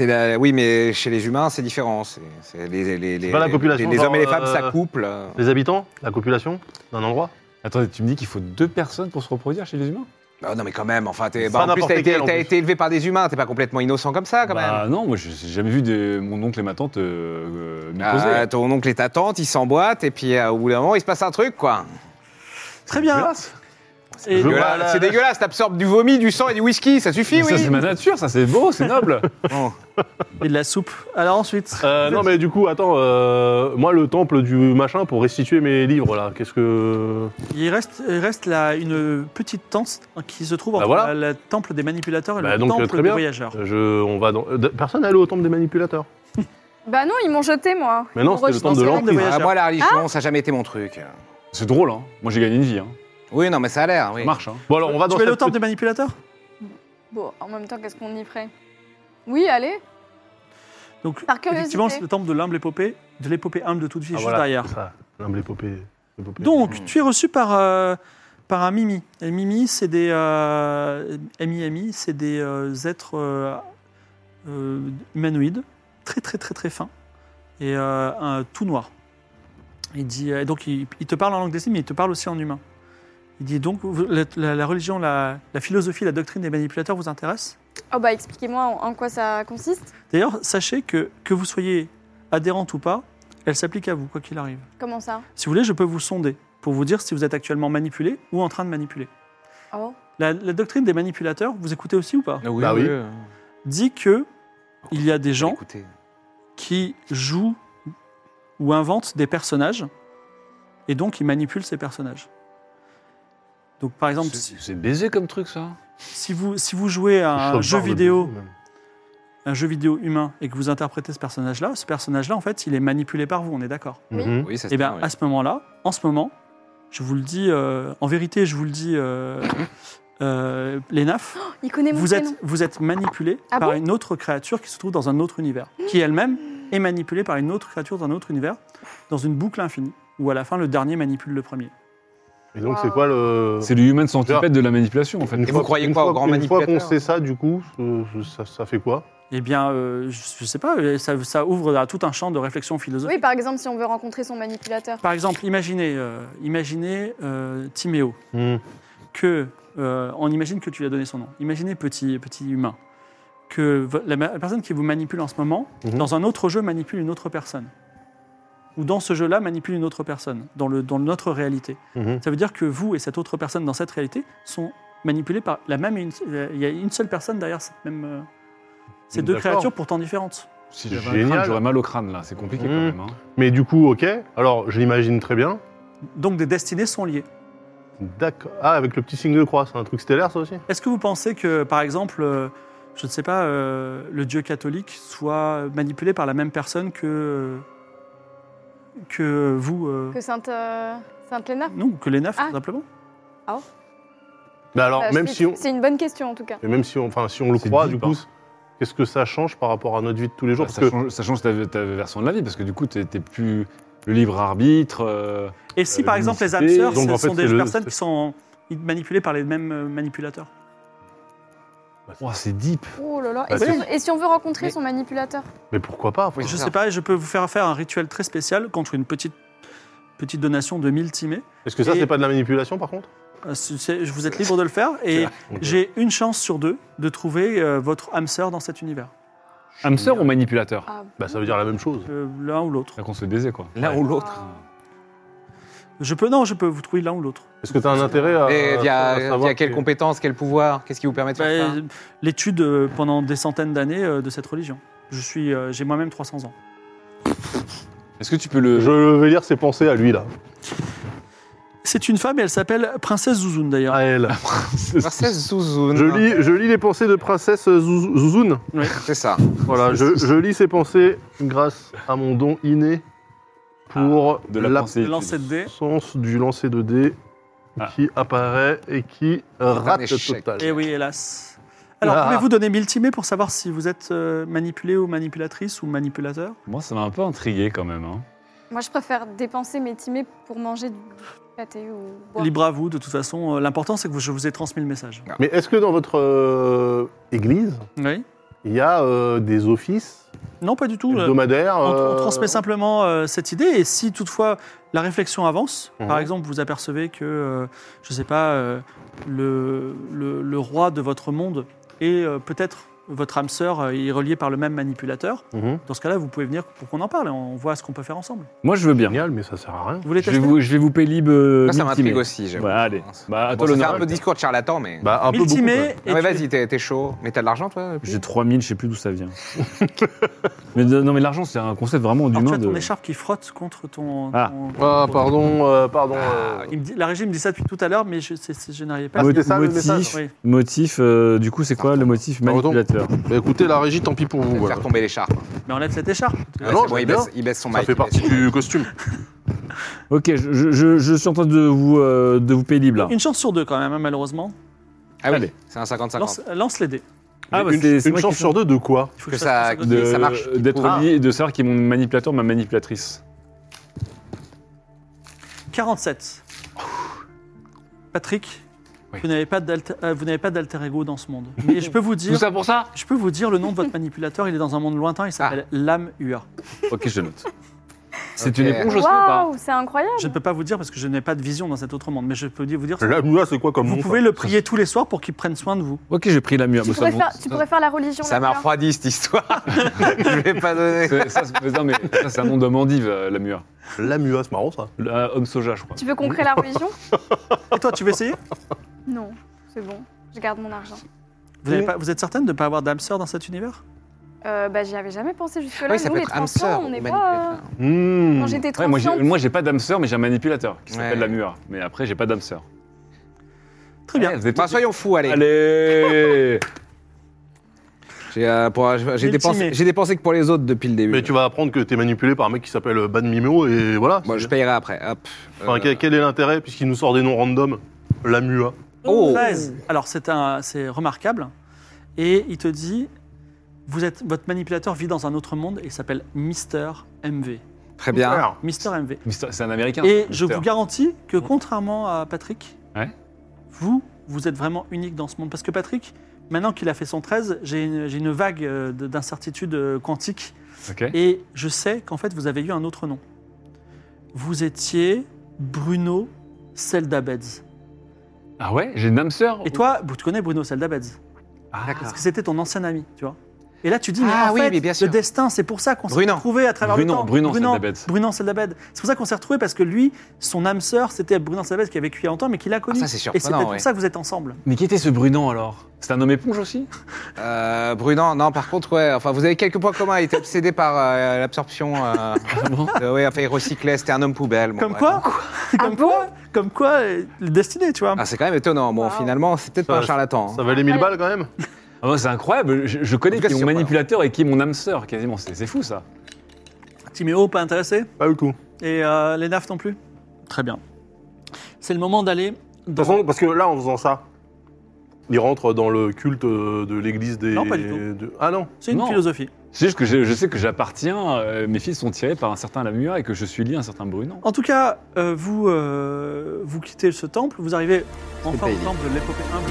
S3: la, oui, mais chez les humains, c'est différent. C'est c'est les, les, les,
S5: pas la population,
S3: les- les
S5: genre,
S3: hommes et les femmes
S5: euh,
S3: s'accouplent. euh.
S5: Les habitants, la copulation d'un endroit.
S2: Attendez, tu me dis qu'il faut deux personnes pour se reproduire chez les humains
S3: Ah non, mais quand même. Enfin, t'es-
S5: C'est
S3: bah,
S5: pas
S3: en plus,
S5: n'importe
S3: t'as été,
S5: quel, en
S3: t'as
S5: plus.
S3: été élevé par des humains. T'es pas complètement innocent comme ça, Ah, quand
S2: Bah
S3: même.
S2: non, moi j'ai j'ai jamais vu des- mon oncle et ma tante euh, euh, mitoser.
S3: Ah, ton oncle et ta tante, ils s'emboîtent et puis euh, au bout d'un moment, il se passe un truc, quoi.
S1: Très bien. Et-
S5: Je-
S3: Dégueulasse.
S5: bah, la-
S3: C'est dégueulasse. T'absorbes du vomi, du sang et du whisky. Ça suffit,
S2: Mais Ça,
S3: oui.
S2: c'est ma nature, ça, c'est beau, c'est noble.
S3: Bon.
S1: et de la soupe. Alors ensuite,
S5: Euh, non, mais du coup, attends, euh, moi, le temple du machin pour restituer mes livres, là, qu'est-ce que.
S1: il reste, il reste là une petite tente qui se trouve
S5: Bah
S1: entre
S5: voilà.
S1: la- le temple des manipulateurs et
S5: Bah
S1: le
S5: donc, euh,
S1: temple
S5: très
S1: des
S5: bien.
S1: voyageurs.
S5: Je, on va dans... euh, Personne n'est allé au temple des manipulateurs.
S4: bah non, ils m'ont jeté, moi.
S5: Mais non,
S4: Ils m'ont
S5: c'était le
S4: rejeté.
S5: temple de
S1: c'est
S5: l'emprise.
S1: vraiment des
S3: Ah, moi, la religion, ça a jamais été mon truc.
S2: C'est drôle, hein. Moi j'ai gagné une vie, hein.
S3: Oui, non, mais ça a l'air. Oui.
S2: Ça marche, hein.
S5: Bon, alors, on va
S1: Tu
S5: dans
S1: veux le
S5: cette
S1: temple des manipulateurs
S4: Bon, en même temps, qu'est-ce qu'on y ferait Oui, allez.
S1: Donc,
S4: Par curiosité.
S1: effectivement, c'est le temple de l'humble épopée, de l'épopée humble de toute vie,
S5: Ah,
S1: juste
S5: voilà,
S1: derrière.
S5: c'est ça, l'humble épopée- l'épopée.
S1: Donc, tu es reçu par, euh, par un Mimi. Et Mimi, c'est des. Euh, MIMI, c'est des euh, êtres euh, euh, humanoïdes, très, très, très, très fins, et euh, un- tout noir. Il dit, euh, donc, il, il te parle en langue des signes, mais il te parle aussi en humain. Il dit donc, vous- la, la- la religion, la, la philosophie, la doctrine des manipulateurs vous intéresse
S4: Oh bah expliquez-moi en, en quoi ça consiste.
S1: D'ailleurs, sachez que, que vous soyez adhérente ou pas, elle s'applique à vous, quoi qu'il arrive.
S4: Comment ça
S1: Si vous voulez, je peux vous sonder pour vous dire si vous êtes actuellement manipulé ou en train de manipuler.
S4: Oh.
S1: La, la doctrine des manipulateurs, vous écoutez aussi ou pas
S3: Ah oui,
S5: Bah oui.
S3: euh,
S1: Dit que il y a des gens
S3: Écoutez.
S1: qui jouent ou inventent des personnages et donc ils manipulent ces personnages. Donc par exemple, si,
S2: C'est c'est baisé comme truc, ça.
S1: si vous, si vous jouez à
S5: Je
S1: un
S5: te
S1: jeu
S5: parle de
S1: vidéo,
S5: lui, même.
S1: un jeu vidéo humain et que vous interprétez ce personnage-là, ce personnage-là en fait il est manipulé par vous, on est d'accord
S4: Oui.
S5: Mhm.
S3: Oui, ça se
S1: Et bien
S3: tient, oui.
S1: à ce moment-là, en ce moment, je vous le dis, euh, en vérité je vous le dis, euh, euh, les nafs,
S4: Oh, Il connaît mon
S1: vous
S4: prénom.
S1: êtes, vous êtes manipulé
S4: Ah
S1: par
S4: bon Hmm.
S1: une autre créature qui se trouve dans un autre univers, qui elle-même est manipulée par une autre créature dans un autre univers, dans une boucle infinie, où à la fin le dernier manipule le premier.
S5: Et donc,
S4: Wow.
S5: c'est quoi le.
S2: C'est le human centipède de la manipulation, en fait.
S5: Une
S3: vous
S5: fois-
S3: croyez
S5: une
S3: quoi, au
S5: fois-
S3: grand
S5: Une fois qu'on
S3: manipulateur
S5: sait ça, du coup, euh, ça, ça fait quoi
S1: Eh bien, euh, je je sais pas, euh, ça, ça ouvre à tout un champ de réflexion philosophique.
S4: Oui, par exemple, si on veut rencontrer son manipulateur.
S1: Par exemple, imaginez, euh, imaginez euh, Timéo,
S3: Hmm.
S5: Mhm.
S1: que euh, on imagine que tu lui as donné son nom. Imaginez petit, petit humain, que vo- la, ma- la personne qui vous manipule en ce moment,
S5: Mhm.
S1: dans un autre jeu, manipule une autre personne. Ou dans ce jeu-là, manipule une autre personne, dans, le, dans notre réalité.
S5: Mhm.
S1: Ça veut dire que vous et cette autre personne dans cette réalité sont manipulés par la même. et une- Il y a une seule personne derrière cette même. euh, ces deux
S5: D'accord.
S1: créatures pourtant différentes.
S2: Si
S5: C'est
S2: j'avais un crâne,
S5: génial.
S2: j'aurais mal au crâne, là. C'est compliqué, quand
S5: Mm.
S2: même. hein.
S5: Mais du coup, ok. Alors, je l'imagine très bien.
S1: Donc des destinées sont liées.
S5: D'accord. Ah, avec le petit signe de croix, c'est un truc stellaire, ça aussi
S1: Est-ce que vous pensez que, par exemple, euh, je ne sais pas, euh, le dieu catholique soit manipulé par la même personne que, que vous euh,
S4: Que Sainte, euh, Sainte Léna
S1: Non, que les neufs,
S4: Ah.
S1: tout simplement
S5: Mais alors,
S4: Bah,
S5: même
S4: c'est-
S5: si on.
S4: C'est une bonne question, en tout cas.
S5: Et même si on, enfin, si on le
S2: C'est
S5: croit,
S2: deep,
S5: du
S2: hein.
S5: coup, qu'est-ce que ça change par rapport à notre vie de tous les jours
S2: Bah, ça,
S5: Parce que
S2: change, ça change ta, ta version de la vie, parce que du coup, t'es t'es plus le libre arbitre. euh,
S1: Et si,
S2: Euh,
S1: par exemple, les âmes
S2: l'unicité,
S1: sœurs,
S5: donc,
S1: ce
S5: en fait,
S1: sont des
S5: c'est le-
S1: personnes
S5: c'est-
S1: qui sont manipulées par les mêmes euh, manipulateurs
S2: ouah, c'est deep.
S4: Oh là là.
S5: Bah,
S4: et, si
S5: c'est-
S4: on, et si on veut rencontrer
S3: Mais-
S4: son manipulateur
S5: mais pourquoi pas
S3: Oui,
S1: Je
S3: c'est
S1: ne
S3: ça.
S1: sais pas, je peux vous faire faire un rituel très spécial contre une petite, petite donation de 1000 timés.
S5: Est-ce que ça,
S1: Et-
S5: c'est pas de la manipulation, par contre
S1: Euh, c'est- c'est- Vous êtes libre de le faire et
S5: Ok.
S1: j'ai une chance sur deux de trouver euh, votre âme sœur dans cet univers.
S2: Hamster ou manipulateur
S4: Ah,
S5: Bah, ça veut dire la même chose.
S1: Euh, L'un ou l'autre.
S2: C'est qu'on se fait baiser, quoi.
S3: L'un ou l'autre.
S4: bah,
S1: Je peux, non, je peux vous trouver l'un ou l'autre.
S5: Est-ce que tu as un intérêt à.
S3: Et
S5: Euh, à
S3: via,
S5: savoir
S3: via quelles
S5: que-
S3: compétences, quel pouvoir Qu'est-ce qui vous permet de faire
S1: Bah,
S3: ça
S1: euh, L'étude euh, pendant des centaines d'années euh, de cette religion. Je suis, euh, j'ai moi-même 300 ans.
S2: Est-ce que tu peux le.
S5: Je vais lire ses pensées à lui, là.
S1: C'est une femme et elle s'appelle Princesse Zouzoune d'ailleurs.
S5: À elle.
S3: Princesse Zouzoune.
S5: Je lis, je lis les pensées de princesse Zouz- Zouzoune.
S3: C'est ça.
S5: Voilà, je, je lis ses pensées grâce à mon don inné pour
S2: Ah, de la pensée.
S1: Lancez de dés.
S5: l'absence du lancer de dés
S2: Ah.
S5: qui apparaît et qui rate
S3: échec.
S5: total.
S1: Eh oui, hélas. Alors,
S5: Ah.
S1: pouvez-vous donner 1000 timés pour savoir si vous êtes euh, manipulé ou manipulatrice ou manipulateur
S2: Moi, ça m'a un peu intrigué, quand même. hein.
S4: Moi, je préfère dépenser mes timés pour manger du pâté ou boire.
S1: Libre à vous, de toute façon. euh, L'important, c'est que vous- je vous ai transmis le message.
S5: Mais est-ce que dans votre euh, église,
S1: Oui
S5: il y a euh, des offices
S1: Non, pas du tout. euh,
S5: hebdomadaires
S1: On, on
S5: euh,
S1: transmet simplement euh, cette idée et si toutefois la réflexion avance,
S5: Mhm.
S1: par exemple vous apercevez que, euh, je ne sais pas, euh, le, le- le roi de votre monde et euh, peut-être votre âme sœur euh, est relié par le même manipulateur,
S5: Mhm.
S1: dans ce cas-là vous pouvez venir pour qu'on en parle et on voit ce qu'on peut faire ensemble.
S2: Moi, je veux bien.
S5: Génial, mais ça sert à rien.
S1: Vous voulez
S2: Je vais
S1: tester
S2: vous, je vais vous payer libre. euh,
S3: Moi, Ah, ça
S2: 1000
S3: m'intrigue
S2: timés.
S3: aussi. j'avoue.
S2: Bah, allez. Bah, à
S3: Bon,
S2: toi
S3: ça fait
S2: l'honneur.
S3: un peu discours de charlatan, mais.
S5: Bah, un peu beaucoup.
S1: Multimé
S5: quoi.
S1: et
S3: non, mais
S1: tu-
S3: vas-y, t'es t'es chaud. Mais t'as de l'argent, toi depuis
S2: J'ai 3000, je sais plus d'où ça vient. mais de- non, mais l'argent, c'est un concept vraiment
S1: Alors, tu
S2: d'humain.
S1: as ton
S2: de-
S1: écharpe qui frotte contre ton...
S2: Ah.
S1: ton-
S5: Ah, pardon, euh, pardon. euh,
S1: Il me dit- la régie me dit ça depuis tout à l'heure mais je, c'est- c'est- je n'arrive pas.
S5: Ah,
S2: Mo-
S5: c'était ça, le
S2: motif,
S5: message,
S1: oui.
S2: motif euh, du coup, c'est quoi le motif
S5: Pardon.
S2: manipulateur
S5: bah, écoutez, la régie, tant pis pour vous.
S3: Faire
S5: voilà.
S3: tomber l'écharpe.
S1: Mais enlève cette écharpe.
S5: Ah non,
S3: C'est bon,
S5: j'aime
S3: il
S5: bien.
S3: baisse, il baisse son
S5: Ça
S3: mic,
S5: fait
S3: il baisse
S5: partie
S3: son mic.
S5: du costume.
S2: Ok, je, je- je- je suis en train de vous, euh, de vous payer libre là.
S1: Une chance sur deux quand même hein, malheureusement.
S3: Ah oui,
S2: Allez.
S3: c'est un 50-50.
S1: Lance, lance les dés.
S2: Ah, bah,
S5: une
S2: c'est- c'est
S5: une
S2: moi
S5: chance
S2: qui-
S5: sur deux de quoi
S1: Il faut
S3: Que
S1: je
S3: ça-
S1: fasse un
S3: de-
S1: autre dé.
S3: ça marche.
S2: D'être lié et de savoir qui est mon manipulateur, ma manipulatrice.
S1: 47. Patrick,
S2: Oui.
S1: vous n'avez pas d'alter- euh, vous n'avez pas d'alter ego dans ce monde. Mais je peux vous dire,
S2: pour ça
S1: je peux vous dire le nom de votre manipulateur. Il est dans un monde lointain. Il s'appelle Lame Ua.
S2: Ok, je note. C'est
S3: Ok.
S2: une éponge aussi ou pas
S4: Waouh, c'est incroyable.
S1: Je ne peux pas vous dire parce que je n'ai pas de vision dans cet autre monde. Mais je peux vous dire.
S5: La moula, c'est quoi comme
S1: vous
S5: nom,
S1: pouvez
S5: ça
S1: le prier tous les soirs pour qu'il prenne soin de vous.
S2: Ok, j'ai pris la mûre.
S4: Tu,
S2: Bon, Ah, ça,
S4: pourrais
S2: bon,
S4: faire,
S2: ça-
S4: tu pourrais faire la religion.
S3: Ça m'a
S4: là-bas.
S3: refroidi cette histoire. je vais pas donner.
S2: c'est- ça, c'est- non, mais ça, c'est un nom de mandive, euh, la mûre.
S5: La mua, c'est marrant ça.
S2: Le- euh, homme soja, je crois.
S4: Tu veux qu'on crée la religion
S1: Et toi, tu veux essayer
S4: Non. C'est bon, je garde mon argent.
S1: Vous, avez pas- vous êtes certaine de ne pas avoir d'âme sœur dans cet univers
S4: Euh, bah, j'y avais jamais pensé jusque-là.
S3: Oui, ça
S4: Nous,
S3: peut
S4: les
S3: être âme
S4: transplants,
S3: sœur.
S4: on
S3: ou
S4: n'est pas. euh,
S3: manipulateur.
S5: Hmm.
S4: Quand j'étais
S2: Ouais, moi, j'ai-
S4: transplante,
S2: moi, j'ai pas d'âme sœur, mais j'ai un manipulateur qui
S3: Ouais.
S2: s'appelle la mure. Mais après, j'ai pas d'âme sœur.
S1: Très bien.
S2: Ouais,
S4: euh,
S2: vous êtes
S3: Bah, soyons fous, allez.
S2: Allez
S3: J'ai euh, pour- j'ai dépensé, j'ai dépensé que pour les autres depuis le début.
S5: Mais tu vas apprendre que t'es manipulé par un mec qui s'appelle euh, Ban Mimo et voilà.
S3: Bon, je payerai après. Hop.
S5: Enfin,
S3: Euh,
S5: quel, quel est l'intérêt puisqu'il nous sort des noms random La Mua.
S3: Oh.
S1: 13. Alors, c'est un- c'est remarquable. Et il te dit vous êtes, votre manipulateur vit dans un autre monde et il s'appelle Mister MV.
S3: Très bien.
S5: Alors,
S1: Mister MV.
S2: Mister- C'est un américain.
S1: Et je
S2: Mister. Mmh.
S1: vous garantis que, contrairement à Patrick,
S2: Ouais.
S1: vous, vous êtes vraiment unique dans ce monde. Parce que Patrick, maintenant qu'il a fait son 13, j'ai une, j'ai une vague euh, de- d'incertitude euh, quantique.
S2: Ok.
S1: Et je sais qu'en fait, vous avez eu un autre nom. Vous étiez Bruno Seldabeds.
S2: Ah ouais J'ai une âme sœur
S1: Et toi, vous te connais Bruno Seldabeds
S2: Ah.
S1: Parce que c'était ton ancien ami, tu vois. Et là, tu dis, mais
S3: Ah
S1: en
S3: oui,
S1: fait,
S3: mais bien sûr.
S1: le destin, c'est pour ça qu'on s'est
S3: Brunan.
S1: retrouvés à travers
S2: Brunan,
S1: le temps.
S2: Brunan
S1: Brunan,
S2: Seldabed.
S1: Brunan Seldabed. C'est pour ça qu'on s'est retrouvés, parce que lui, son âme sœur, c'était Brunan Seldabed qui a vécu il y a longtemps, mais qui l'a connu.
S3: Ah, ça, c'est
S1: Et c'est
S3: surprenant,
S1: peut-être
S3: ouais.
S1: pour ça que vous êtes ensemble.
S2: Mais qui était ce Brunan alors C'est un homme éponge aussi
S3: Euh, Brunan, non, par contre, ouais. Enfin, vous avez quelques points communs. Il était obsédé par euh, l'absorption. euh,
S2: bon
S3: euh, ouais, enfin, il recyclait. C'était un homme poubelle. Bon,
S1: Comme
S3: bref.
S1: quoi Comme quoi Comme quoi, euh, le destiné, tu vois.
S3: Ah, c'est quand même étonnant. Bon,
S4: Wow.
S3: finalement, c'est peut-être
S5: Ça-
S3: pas un charlatan. hein.
S5: ça valait 1000 balles quand même
S2: Ah ouais, C'est incroyable, je, je connais
S3: En tout cas,
S2: qui est
S3: c'est
S2: mon
S3: surprenant.
S2: manipulateur et qui est mon âme sœur quasiment. C'est c'est fou ça.
S1: Timéo, oh, pas intéressé
S5: Pas du tout.
S1: Et euh, les nafs non plus Très bien. C'est le moment d'aller
S5: De
S1: dans...
S5: toute façon, parce que là, en faisant ça, il rentre dans le culte euh, de l'église des.
S1: Non, pas du tout.
S5: de- Ah non
S1: C'est une
S2: Non.
S1: philosophie.
S2: C'est juste que je, je sais que j'appartiens, euh, mes fils sont tirés par un certain Lamua et que je suis lié à un certain Brunan.
S1: En tout cas, euh, vous, euh, vous quittez ce temple, vous arrivez enfin au
S3: payé.
S1: temple de l'épopée humble.